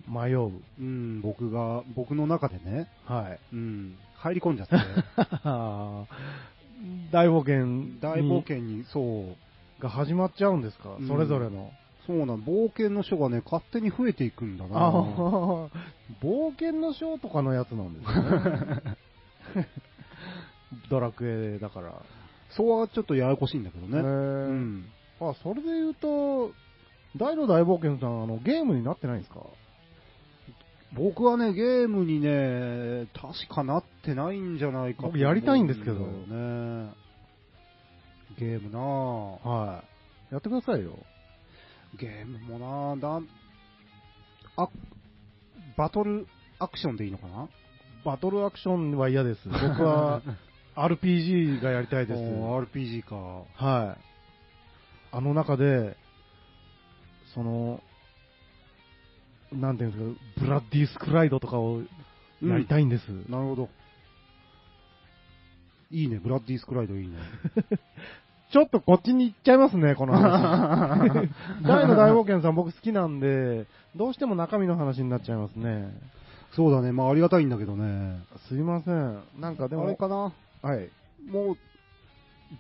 Speaker 3: 迷う。
Speaker 2: うん、僕が、僕の中でね、
Speaker 3: はい。
Speaker 2: うん、入り込ん じゃって。
Speaker 3: 大冒険
Speaker 2: 大
Speaker 3: に
Speaker 2: 冒険に、そう、
Speaker 3: が始まっちゃうんですか、
Speaker 2: うん
Speaker 3: それぞれの。
Speaker 2: そうなん、冒険の書がね、勝手に増えていくんだ
Speaker 3: ああ
Speaker 2: な。、
Speaker 3: 冒険の章とかのやつなんですね。 ドラクエだから。
Speaker 2: そうはちょっとややこしいんだけど
Speaker 3: へえ
Speaker 2: ね。うん。
Speaker 3: あ、それで言うと、大の大冒険さん、あの、ゲームになってないんですか
Speaker 2: 僕はね、ゲームにね、確かなってないんじゃないかと思う
Speaker 3: 僕やりたいんですけど
Speaker 2: ね。ゲームなぁ。
Speaker 3: はい。やってくださいよ。
Speaker 2: ゲームもなぁ、だ、あ、バトルアクションでいいのかな
Speaker 3: バトルアクションは嫌です。僕 は RPG がやりたいです。
Speaker 2: おー RPG か。
Speaker 3: はい。あの中で、その、なんていうんですか、ブラッディスクライドとかをやりたいんです。
Speaker 2: なるほど。いいね、ブラッディスクライドいい ね。
Speaker 3: ちょっとこっちに行っちゃいますね、この 話。大の大冒険さん僕好きなんで、どうしても中身の話になっちゃいますね。
Speaker 2: そうだね、まあありがたいんだけどね。
Speaker 3: すいません。なんかでも、
Speaker 2: あれかな
Speaker 3: はい。
Speaker 2: もう、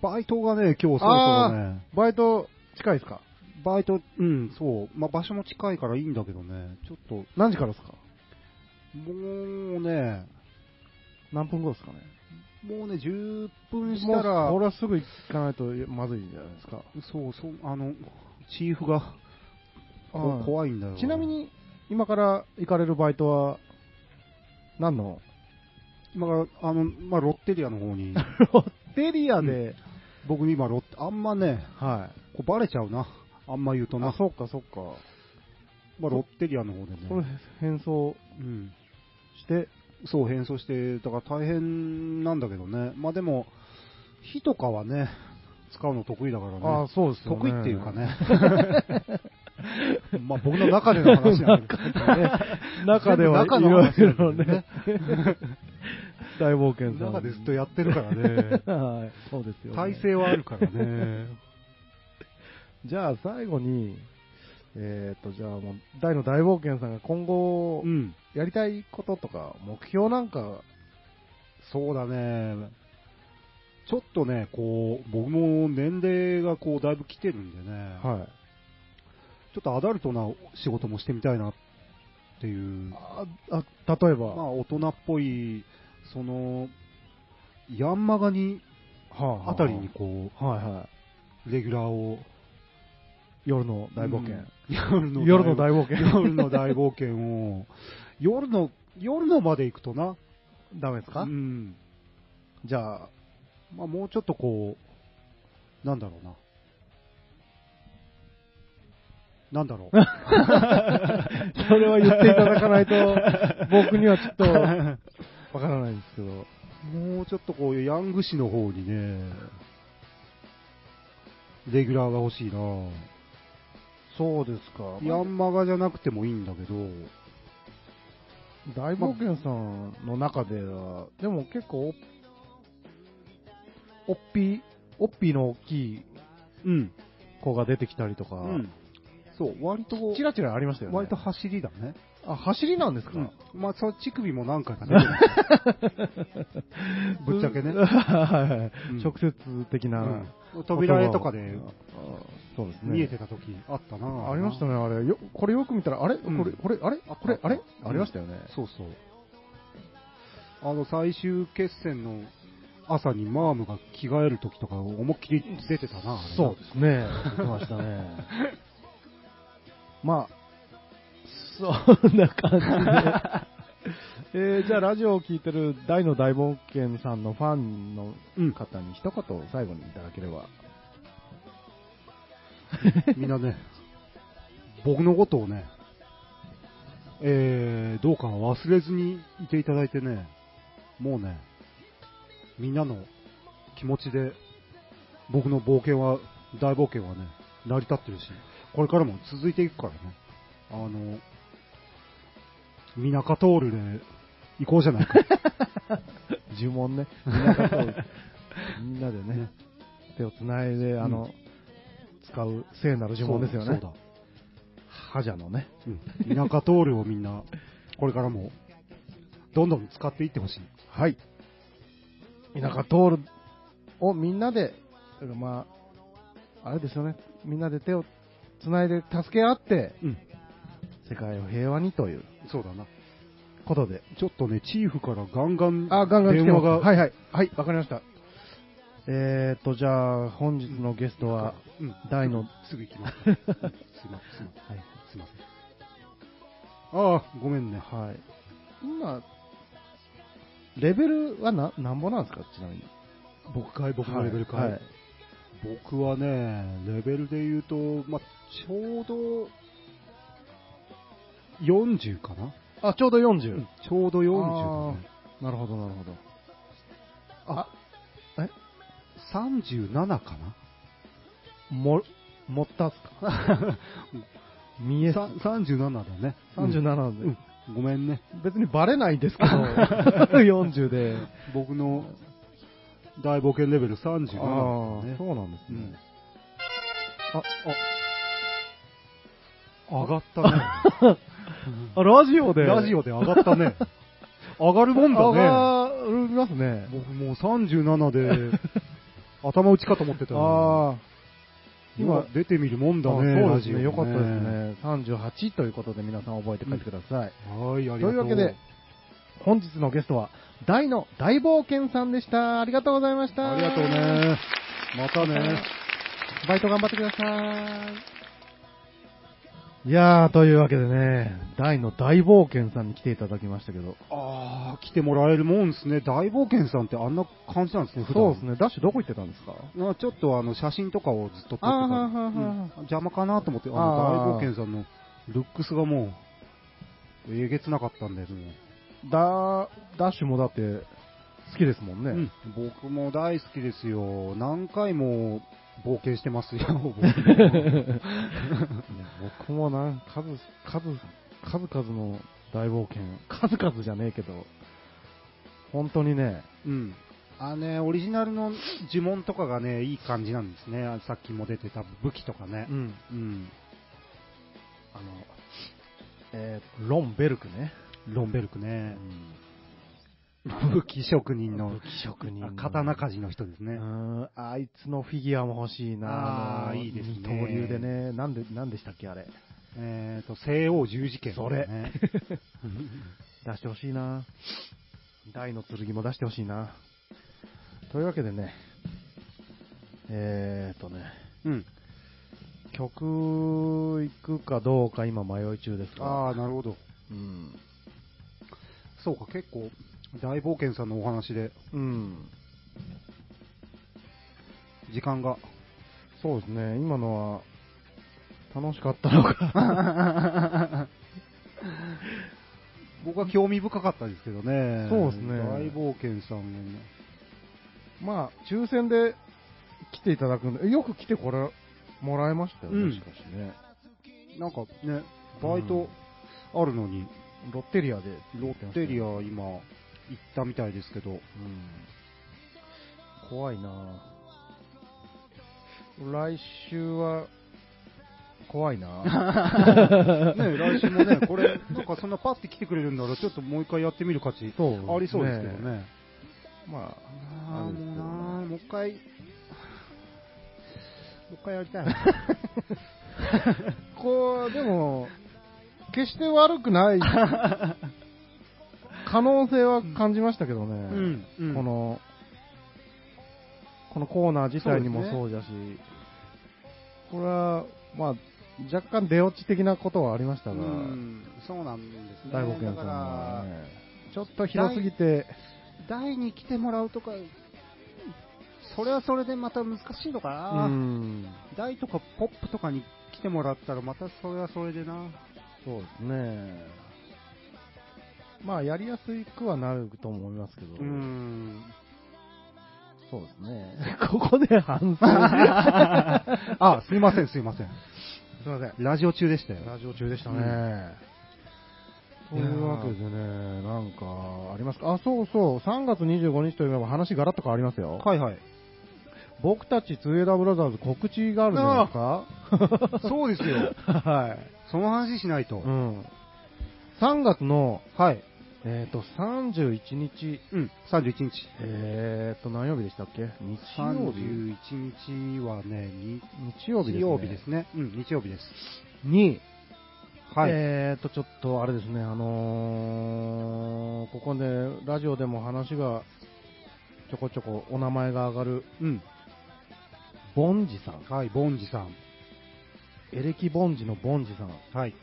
Speaker 2: バイトがね、今日そろそろ
Speaker 3: あ
Speaker 2: ね、
Speaker 3: ーバイト近いですか
Speaker 2: バイト、うん、そう、まあ場所も近いからいいんだけどね、ちょっと、
Speaker 3: 何時からですか
Speaker 2: もうね、
Speaker 3: 何分後ですかね
Speaker 2: もうね、10分したら
Speaker 3: もう、これはすぐ行かないとまずいんじゃないですか。
Speaker 2: そうそう、あの、チーフが、こ
Speaker 3: はい
Speaker 2: 怖いんだよ。
Speaker 3: ちなみ、に、今から行かれるバイトは、何 の
Speaker 2: 今から、あの、まあロッテリアの方に、
Speaker 3: ロッテリアで、
Speaker 2: 僕今ロッテ、あんまね、
Speaker 3: は
Speaker 2: こうバレちゃうな。あんま言うと
Speaker 3: い。
Speaker 2: な
Speaker 3: あ、。そっかそっか。
Speaker 2: まあ、ロッテリアの方で
Speaker 3: これ
Speaker 2: ね。
Speaker 3: 変装
Speaker 2: うん。
Speaker 3: して、
Speaker 2: そう、変装して、だから大変なんだけどね。まあでも、火とかはね、使うの得意だからね。
Speaker 3: あそうですよね。
Speaker 2: 得意っていうか。ね。 まあ僕の中での話なんだけど ね。
Speaker 3: 中ではいろいろね、 大冒険さん。
Speaker 2: 中でずっとやってるか らね。
Speaker 3: はい、そうですよ、ね。
Speaker 2: 体制はあるから ね。
Speaker 3: じゃあ最後に、えっ、と、じゃあもう、大の大冒険さんが今後
Speaker 2: う、ん。
Speaker 3: やりたいこととか、目標なんか、
Speaker 2: そうだね。ちょっとね、こう、僕も年齢がこう、だいぶ来てるんでね。
Speaker 3: はい。
Speaker 2: ちょっとアダルトな仕事もしてみたいなっていう、
Speaker 3: あ、あ例えば、
Speaker 2: まあ大人っぽい、その、ヤンマガに
Speaker 3: は
Speaker 2: あたりにこ
Speaker 3: はいは
Speaker 2: う、レギュラーを、
Speaker 3: い。夜の大冒険。
Speaker 2: うん
Speaker 3: 夜
Speaker 2: 夜
Speaker 3: の大
Speaker 2: の大
Speaker 3: 冒
Speaker 2: 冒
Speaker 3: 険
Speaker 2: 険。夜の大冒険を、夜の、夜のまで行くとな、
Speaker 3: ダメですか、
Speaker 2: うん。
Speaker 3: じゃあ、
Speaker 2: まあもうちょっとこう、なんだろうな。なんだろう。
Speaker 3: それは言っていただかないと、 僕にはちょっと、わからないんですけど。
Speaker 2: もうちょっとこう、ヤング市の方にね、レギュラーが欲しいな
Speaker 3: そうですか。
Speaker 2: ヤンマガじゃなくてもいいんだけど、
Speaker 3: 大冒険さんの中では、でも結構、おっぴ、おっぴの大きい
Speaker 2: うん。
Speaker 3: 子が出てきたりとか、
Speaker 2: うん。そう、割と、
Speaker 3: チラチラありましたよね。
Speaker 2: 割と走りだね。
Speaker 3: あ、走りなんですか、
Speaker 2: まあ、その乳首も何回か出てる。ぶっちゃけね
Speaker 3: はいはいはい
Speaker 2: うん
Speaker 3: 直接的な、
Speaker 2: うん扉絵とかで
Speaker 3: あそうですね。
Speaker 2: 見えてた時あったな
Speaker 3: ありましたね、あれ。よこれよく見たら、あれ、
Speaker 2: うん
Speaker 3: これ、これ、あれ
Speaker 2: あ
Speaker 3: これ、あれ、
Speaker 2: うん
Speaker 3: ありましたよね。
Speaker 2: そうそう。あの、最終決戦の朝にマームが着替える時とか思いっきり出てたな、あれな
Speaker 3: そうですね。出てましたね。 まあ、そんな感 じで。えーじゃあ、ラジオを聞いてる大の大冒険さんのファンの
Speaker 2: うん
Speaker 3: 方に一言最後にいただけれ ば。
Speaker 2: みんなね、僕のことをね、えー、どうか忘れずにいていただいてね、もうね、みんなの気持ちで、僕の冒険は、大冒険はね、成り立ってるし、これからも続いていくからね、あの、みなか通るで行こうじゃな いか。
Speaker 3: 呪文 ね。みんながそうみんなでね、
Speaker 2: ね
Speaker 3: 手をつないで、あの、使う聖なる呪文ですよ
Speaker 2: そう
Speaker 3: ね
Speaker 2: だ。。
Speaker 3: 覇者のね。
Speaker 2: うん。みなか通るをみんな、これからも、どんどん使っていってほしい。
Speaker 3: はい。田舎通るをみんなで、だからまあ、あれですよね、みんなで手をつないで助け合って、
Speaker 2: うん。
Speaker 3: 世界を平和にという
Speaker 2: そうだな。
Speaker 3: ことで。
Speaker 2: ちょっとね、チーフからガンガン
Speaker 3: あ、ガンガン来て
Speaker 2: 電
Speaker 3: ま
Speaker 2: 話
Speaker 3: す。
Speaker 2: が、
Speaker 3: はいはい。はい、わかりました。えーと、じゃあ、本日のゲストは、
Speaker 2: うん、
Speaker 3: 大の、
Speaker 2: すぐ行き ます。すいません、すいません。ああ、ごめんね。
Speaker 3: はい。今、レベルはな、なんぼなんですかちなみに。
Speaker 2: 僕かい、僕のレベルかい。
Speaker 3: はい。はい
Speaker 2: 僕はね、レベルで言うと、まあ、ちょうど、40かな、
Speaker 3: あ、ちょうど40。
Speaker 2: ちょうど40だね、
Speaker 3: なるほど、なるほど。
Speaker 2: あ
Speaker 3: あ、
Speaker 2: 37かな
Speaker 3: も、もったっすか見えっす
Speaker 2: さ37だね。
Speaker 3: 37
Speaker 2: うん
Speaker 3: なんで、
Speaker 2: うんごめんね。
Speaker 3: 別にバレないですけど、40で。
Speaker 2: 僕の大冒険レベル37
Speaker 3: ああ
Speaker 2: だ、ね。
Speaker 3: そうなんです
Speaker 2: う
Speaker 3: ね。
Speaker 2: ん
Speaker 3: あ、
Speaker 2: 上がったね。
Speaker 3: あ、あ、ラジオで。
Speaker 2: ラジオで上がっ たね。上がるもん
Speaker 3: 上
Speaker 2: だ
Speaker 3: が
Speaker 2: ね。
Speaker 3: りますね。
Speaker 2: 僕もう37で 頭打ちかと思ってた
Speaker 3: あ
Speaker 2: の
Speaker 3: あ、
Speaker 2: に。今
Speaker 3: 今
Speaker 2: 出てみるもんだね、
Speaker 3: あそう
Speaker 2: ラ
Speaker 3: です
Speaker 2: ジ
Speaker 3: ね。
Speaker 2: オね。
Speaker 3: よかったですね。38ということで皆さん覚えて帰ってください。
Speaker 2: はい、ありがとう。
Speaker 3: というわけで、本日のゲストは、大の大冒険さんでした。ありがとうございました。
Speaker 2: ありがとう。ね。またね。
Speaker 3: バイト頑張ってください。いやー、というわけでね、大の大冒険さんに来ていただきましたけど。
Speaker 2: ああ、来てもらえるもんですね。大冒険さんってあんな感じなんですね、普段。
Speaker 3: そうですね、ダッシュどこ行ってたんですか
Speaker 2: まあちょっとあの写真とかをずっと撮ってた
Speaker 3: あーはー
Speaker 2: ら、
Speaker 3: はーはー
Speaker 2: うん邪魔かなと思って、あ
Speaker 3: あー
Speaker 2: の大冒険さんのルックスがもう、えげつなかったんで、もう
Speaker 3: ダダッシュもだって、好きですもんね。
Speaker 2: うん僕も大好きですよ、何回も冒険してますよ、僕
Speaker 3: いや僕もなん数、数、数々の大冒険、数々じゃねえけど、本当にね、
Speaker 2: うんあのね、オリジナルの呪文とかがね、いい感じなんですね、あさっきも出てた武器とかね。
Speaker 3: ん、
Speaker 2: うん
Speaker 3: あの、えーロンベルクね、
Speaker 2: ロンベルクね、武器職人の
Speaker 3: 武器職人の
Speaker 2: 刀鍛冶の人です
Speaker 3: う
Speaker 2: ね。
Speaker 3: ん、あいつのフィギュアも欲しいな、
Speaker 2: あ
Speaker 3: の
Speaker 2: ーいいですね
Speaker 3: 二刀流でね、なんで、なんでしたっけ、あれ。
Speaker 2: えーと、西欧十字剣、ね。
Speaker 3: それ 出してほしいな。大の剣も出してほしいな。というわけでね、えーっとね、
Speaker 2: うん。
Speaker 3: 曲行くかどうか今迷い中ですが、
Speaker 2: ああ、なるほど。
Speaker 3: うん。
Speaker 2: そうか、結構、大冒険さんのお話で、
Speaker 3: うん。
Speaker 2: 時 間が。
Speaker 3: そうですね、今のは楽しかったのか。
Speaker 2: 僕は興味深かったですけどね。
Speaker 3: そうですね
Speaker 2: 大冒険さんのね。
Speaker 3: まあ、抽選で来ていただくんで、よく来てこれ、もらえましたよね、
Speaker 2: うん
Speaker 3: しかしね。
Speaker 2: なんかね、バイトあるのに、
Speaker 3: ロッテリアで、
Speaker 2: ロッテリ
Speaker 3: ア。
Speaker 2: ア今、行ったみたいです けど。
Speaker 3: うん。怖いなぁ来週は、怖いなぁ
Speaker 2: ね、来週もね、これ、なんかそんなパッて来てくれるんなら、ちょっともう一回やってみる価値、
Speaker 3: そうですね
Speaker 2: ありそうですけどね。
Speaker 3: ま
Speaker 2: あー
Speaker 3: あるんですけどね
Speaker 2: もうなーもう一回、もう一回やりたいな。
Speaker 3: あ、こう、でも、決して悪く ない可能性は感じましたけどね。
Speaker 2: うんうん
Speaker 3: この、このコーナー自体にもそうだし、これは、まあ、若干出落ち的なことはありました
Speaker 2: う
Speaker 3: が、
Speaker 2: ん、そうなんですね。
Speaker 3: 大冒険さん
Speaker 2: だ
Speaker 3: は、
Speaker 2: か
Speaker 3: ね、ちょっと広すぎて、
Speaker 2: ら、台に来てもらうとか、それはそれでまた難しいのか
Speaker 3: う
Speaker 2: な。
Speaker 3: ん、
Speaker 2: 台とかポップとかに来てもらったら、またそれはそれでな。
Speaker 3: そうですね。まあ、やりやすくはなると思いますけど、
Speaker 2: うん。
Speaker 3: そうですね。 ここで反 省。
Speaker 2: あ、すいません、すいません。
Speaker 3: すいません。
Speaker 2: ラジオ中でしたよ。
Speaker 3: ラジオ中でした
Speaker 2: う
Speaker 3: ね。というわけでね、なんか、ありますかあ、そうそう、3月25日といえば話ガラッと変わりますよ。
Speaker 2: はいはい。
Speaker 3: 僕たち 2AW ブラザーズ告知があるんじゃないですか
Speaker 2: そうです よ。
Speaker 3: はい。
Speaker 2: その話しないと。
Speaker 3: うん。3月の、
Speaker 2: はい。
Speaker 3: えっ、と、31日、
Speaker 2: うん、31日。
Speaker 3: えっ、と、何曜日でしたっけ日曜日
Speaker 2: 31日はね、に
Speaker 3: 日曜日ですね。
Speaker 2: 日曜日ですね。うん、日曜日です。
Speaker 3: に、
Speaker 2: はい。
Speaker 3: えーと、ちょっとあれですね、あのーここで、ラジオでも話がちょこちょこお名前が上がる、
Speaker 2: うん。
Speaker 3: ボンジさん、
Speaker 2: はい、ボンジさん。
Speaker 3: エレキボンジのボンジさん、
Speaker 2: はい。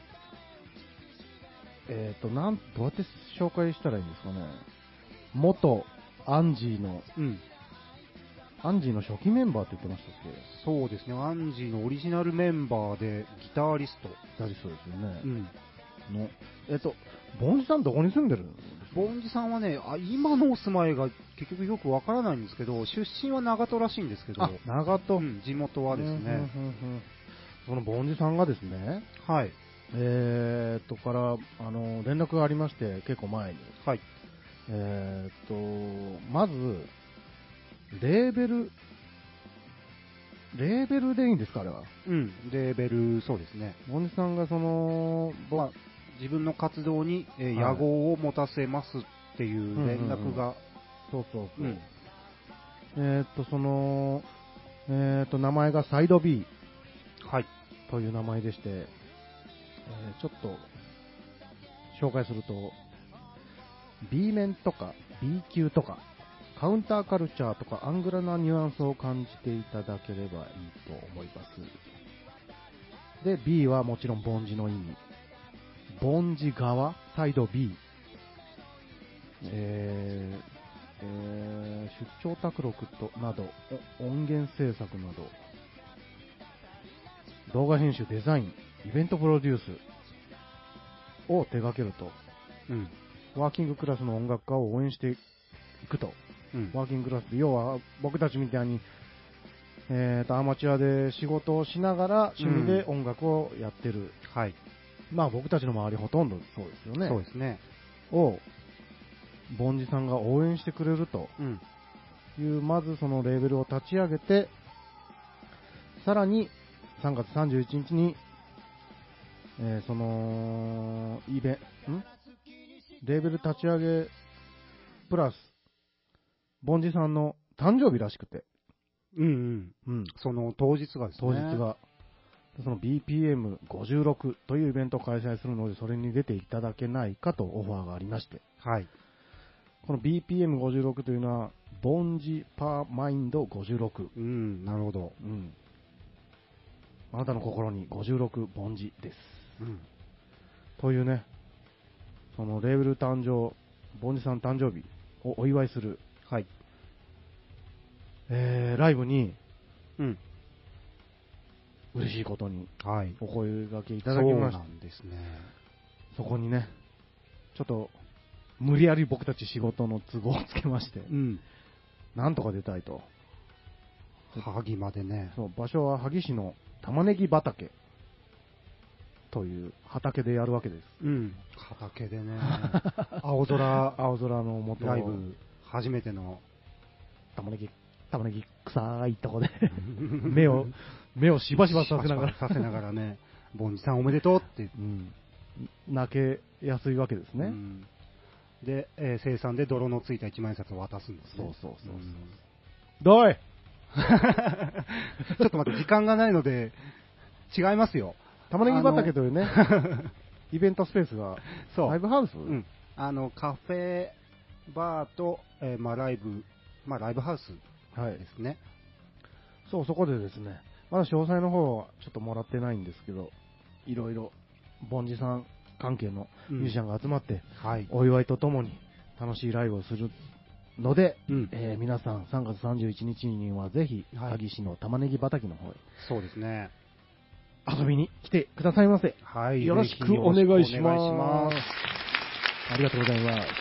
Speaker 3: えーと、なん、どうやって紹介したらいいんですかね、元アンジーの、
Speaker 2: うん。
Speaker 3: アンジーの初期メンバーって言ってましたっけ、
Speaker 2: そうですね、アンジーのオリジナルメンバーでギタリスト。
Speaker 3: ダリストですよね
Speaker 2: う、ん。
Speaker 3: の、えーと、ボンジさんどこに住んでるんです
Speaker 2: ボンジさんはね、あ今のお住まいが結局よくわからないんですけど、出身は長門らしいんですけど、
Speaker 3: あ、長
Speaker 2: う
Speaker 3: 門。
Speaker 2: ん地元はですね、
Speaker 3: うんうんうんうん。その凡司さんがですね、
Speaker 2: はい、
Speaker 3: えーっと、から、あの、連絡がありまして、結構前に。
Speaker 2: はい、
Speaker 3: えーっと、まず、レーベル、レーベルでいいんですか、あれは。
Speaker 2: うん、レーベル、そうですね、
Speaker 3: 凡司さんがその、ぼ
Speaker 2: まあ自分の活動に、えー
Speaker 3: はい
Speaker 2: 野望を持たせますっていう連絡が、
Speaker 3: そうそうそう。
Speaker 2: うん
Speaker 3: えーっと、その、えーっと、名前がサイド B
Speaker 2: はい、
Speaker 3: という名前でして、えーちょっと、紹介すると、B 面とか B 級とか、カウンターカルチャーとかアングラなニュアンスを感じていただければいいと思います。で、B はもちろん凡字の意味。凡字側、サイド B。えーえー出張卓録となど、お音源制作など、動画編集、デザイン、イベントプロデュースを手掛けると、
Speaker 2: うん、
Speaker 3: ワーキングクラスの音楽家を応援していくと、
Speaker 2: うん、
Speaker 3: ワーキングクラスって要は僕たちみたいに、えーとアマチュアで仕事をしながら趣味で音楽をやってる、
Speaker 2: はい、
Speaker 3: まあ僕たちの周りほとんどそうですよね、
Speaker 2: そうですね、
Speaker 3: を、凡司さんが応援してくれると
Speaker 2: うん、
Speaker 3: いう、まずそのレーベルを立ち上げて、さらに3月31日に、えーその、イベンんレーベル立ち上げ、プラス、凡司さんの誕生日らしくて、
Speaker 2: うん、うん、
Speaker 3: うん、
Speaker 2: その当日がです
Speaker 3: 当
Speaker 2: ね、
Speaker 3: 日が、その BPM56 というイベントを開催するので、それに出ていただけないかとオファーがありまして、
Speaker 2: はい、
Speaker 3: この BPM56 というのは、ボンジパーマインド56。
Speaker 2: うん、なるほど、
Speaker 3: うん。あなたの心に56ボンジです。
Speaker 2: うん、
Speaker 3: というね、そのレーベル誕生、ボンジさん誕生日をお祝いする、
Speaker 2: はい、
Speaker 3: えー、ライブに
Speaker 2: うん、
Speaker 3: 嬉しいことに
Speaker 2: はい、
Speaker 3: お声掛けい
Speaker 2: い
Speaker 3: ただきまし
Speaker 2: そう
Speaker 3: た。
Speaker 2: なんですね、
Speaker 3: そこにね、ちょっと、無理やり僕たち仕事の都合をつけまして、
Speaker 2: うん、
Speaker 3: なんとか出たいと。
Speaker 2: 萩までね、
Speaker 3: そう場所は萩市の玉ねぎ畑という畑でやるわけです。
Speaker 2: うん、畑 でね、青 空
Speaker 3: 青空のもと、
Speaker 2: ライブ、初めての、
Speaker 3: 玉ねぎ、玉ねぎ臭いとこで、 目を、目をしばしばさせながら、
Speaker 2: させながらね、 ボンジさんおめでとうって、
Speaker 3: うん、泣けやすいわけですね。
Speaker 2: うんで、えー生産で泥のついた一万円札を渡すんですね。
Speaker 3: そうそうそうそうんどい
Speaker 2: ちょっと待って、時間がないので、違いますよ。
Speaker 3: 玉ねぎ畑というね、イベントスペースが、
Speaker 2: そう
Speaker 3: ライブハウス、
Speaker 2: うん。あの、カフェ、バーと、えーまあ、ライブ、まあ、ライブハウス
Speaker 3: はい
Speaker 2: で。すね。
Speaker 3: そう、そこでですね、まだ詳細の方はちょっともらってないんですけど、いろいろ、凡司さん関係のミュージシャンが集まって、
Speaker 2: はい。
Speaker 3: お祝いとともに楽しいライブをするので、
Speaker 2: うん
Speaker 3: えー皆さん3月31日にはぜひ、
Speaker 2: はい
Speaker 3: 萩市の玉ねぎ畑の方へ
Speaker 2: そうですね。
Speaker 3: 遊びに来てくださいませ。
Speaker 2: はい。
Speaker 3: よろしくお願いしますありがとうございます。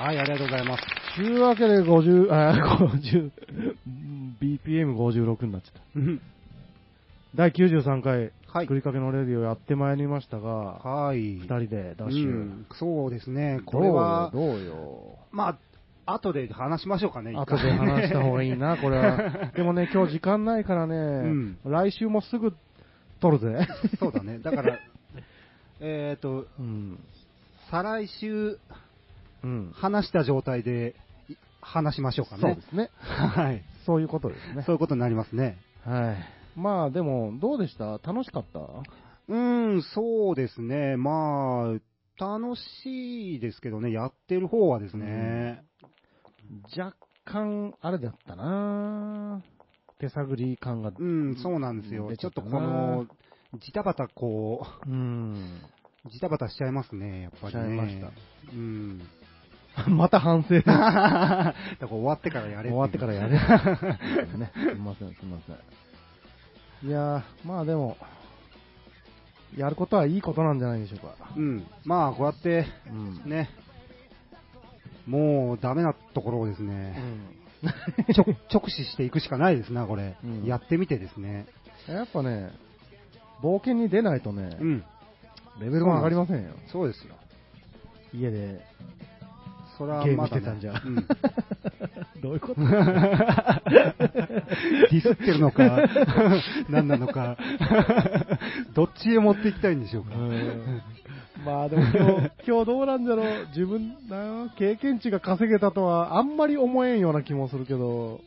Speaker 2: はい、ありがとうござ います。
Speaker 3: というわけで50、あ、50、BPM56 になっちゃった。第93回、
Speaker 2: はい
Speaker 3: 作りかけのレディをやってまいりましたが、
Speaker 2: はい。
Speaker 3: 二人でダッ
Speaker 2: う
Speaker 3: シュ。
Speaker 2: ん、そうですね。これは、
Speaker 3: どうよ、どうよ。
Speaker 2: まあ、後で話しましょうかね。
Speaker 3: 後で話した方がいいな、これ は。でもね、今日時間ないからね、
Speaker 2: ん
Speaker 3: 来週もすぐ撮るぜ。
Speaker 2: い。 そうだね。だから、えっと、
Speaker 3: うん。
Speaker 2: 再来週、
Speaker 3: うん。
Speaker 2: 話した状態で、い話しましょうかね。
Speaker 3: そうですね。
Speaker 2: はい。
Speaker 3: そういうことですね
Speaker 2: そ。ういうことになりますね。
Speaker 3: はい。まあでも、どうでした楽しかった
Speaker 2: うーん、そうですね。まあ、楽しいですけどね、やってる方はですね。
Speaker 3: 若干、あれだったな手探り感が。
Speaker 2: うん、そうなんです
Speaker 3: う
Speaker 2: よ
Speaker 3: ん。
Speaker 2: ちょっとこの、ジタバタこ
Speaker 3: うん。
Speaker 2: う、ジタバタしちゃいますね、やっぱりね。
Speaker 3: しちゃいました
Speaker 2: うん。
Speaker 3: また反省。
Speaker 2: だから終わってからやれ。
Speaker 3: 終わってかららやれ。 ね、すいません、すいません。いやー、まあでも、やることはいいことなんじゃないでしょうか。
Speaker 2: うん。まあ、こうやって、
Speaker 3: うん。
Speaker 2: ね、もうダメなところをです
Speaker 3: う
Speaker 2: ね、
Speaker 3: ん
Speaker 2: ちょ直視していくしかないですな、これ、
Speaker 3: うん
Speaker 2: やってみてですね。
Speaker 3: やっぱね、冒険に出ないとね、
Speaker 2: うん。
Speaker 3: レベルが上がりませんよ。
Speaker 2: そうですよ。
Speaker 3: 家で。
Speaker 2: それは
Speaker 3: ゲーム
Speaker 2: まだ、ね、
Speaker 3: してたんじゃ
Speaker 2: うん
Speaker 3: どういうこと
Speaker 2: ディスってるのか、 何なのか、 どっちへ持っていきたいんでしょうか。
Speaker 3: まあでも 今日、今日どうなんだろう。自分な、経験値が稼げたとはあんまり思えんような気もするけど、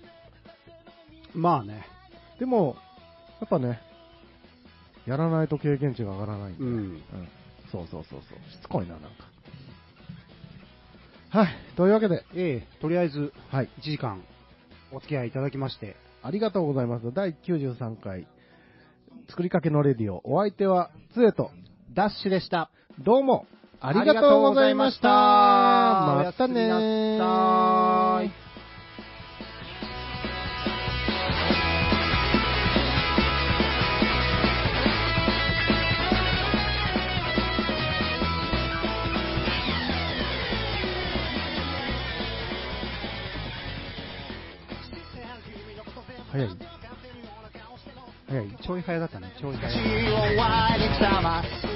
Speaker 2: まあね、
Speaker 3: でも、やっぱね、やらないと経験値が上がらないんで。
Speaker 2: うん
Speaker 3: うんそうそうそうそう。しつこいな、なんか。はい。というわけで、
Speaker 2: ええ、とりあえず
Speaker 3: はい。
Speaker 2: 1時間お付き合いいただきまして、
Speaker 3: ありがとうございます。第93回、作りかけのレディオ。お相手は、つえと、
Speaker 4: ダッシュでした。
Speaker 3: どうも、ありがとうございました。
Speaker 4: あり
Speaker 3: ま
Speaker 4: がと
Speaker 3: た
Speaker 4: うござい
Speaker 3: ね
Speaker 4: ましたおやす
Speaker 3: ー。
Speaker 4: みなさい
Speaker 3: 早い。
Speaker 2: ちょい早だったね、ちょい早。
Speaker 4: 血を湧いてきたま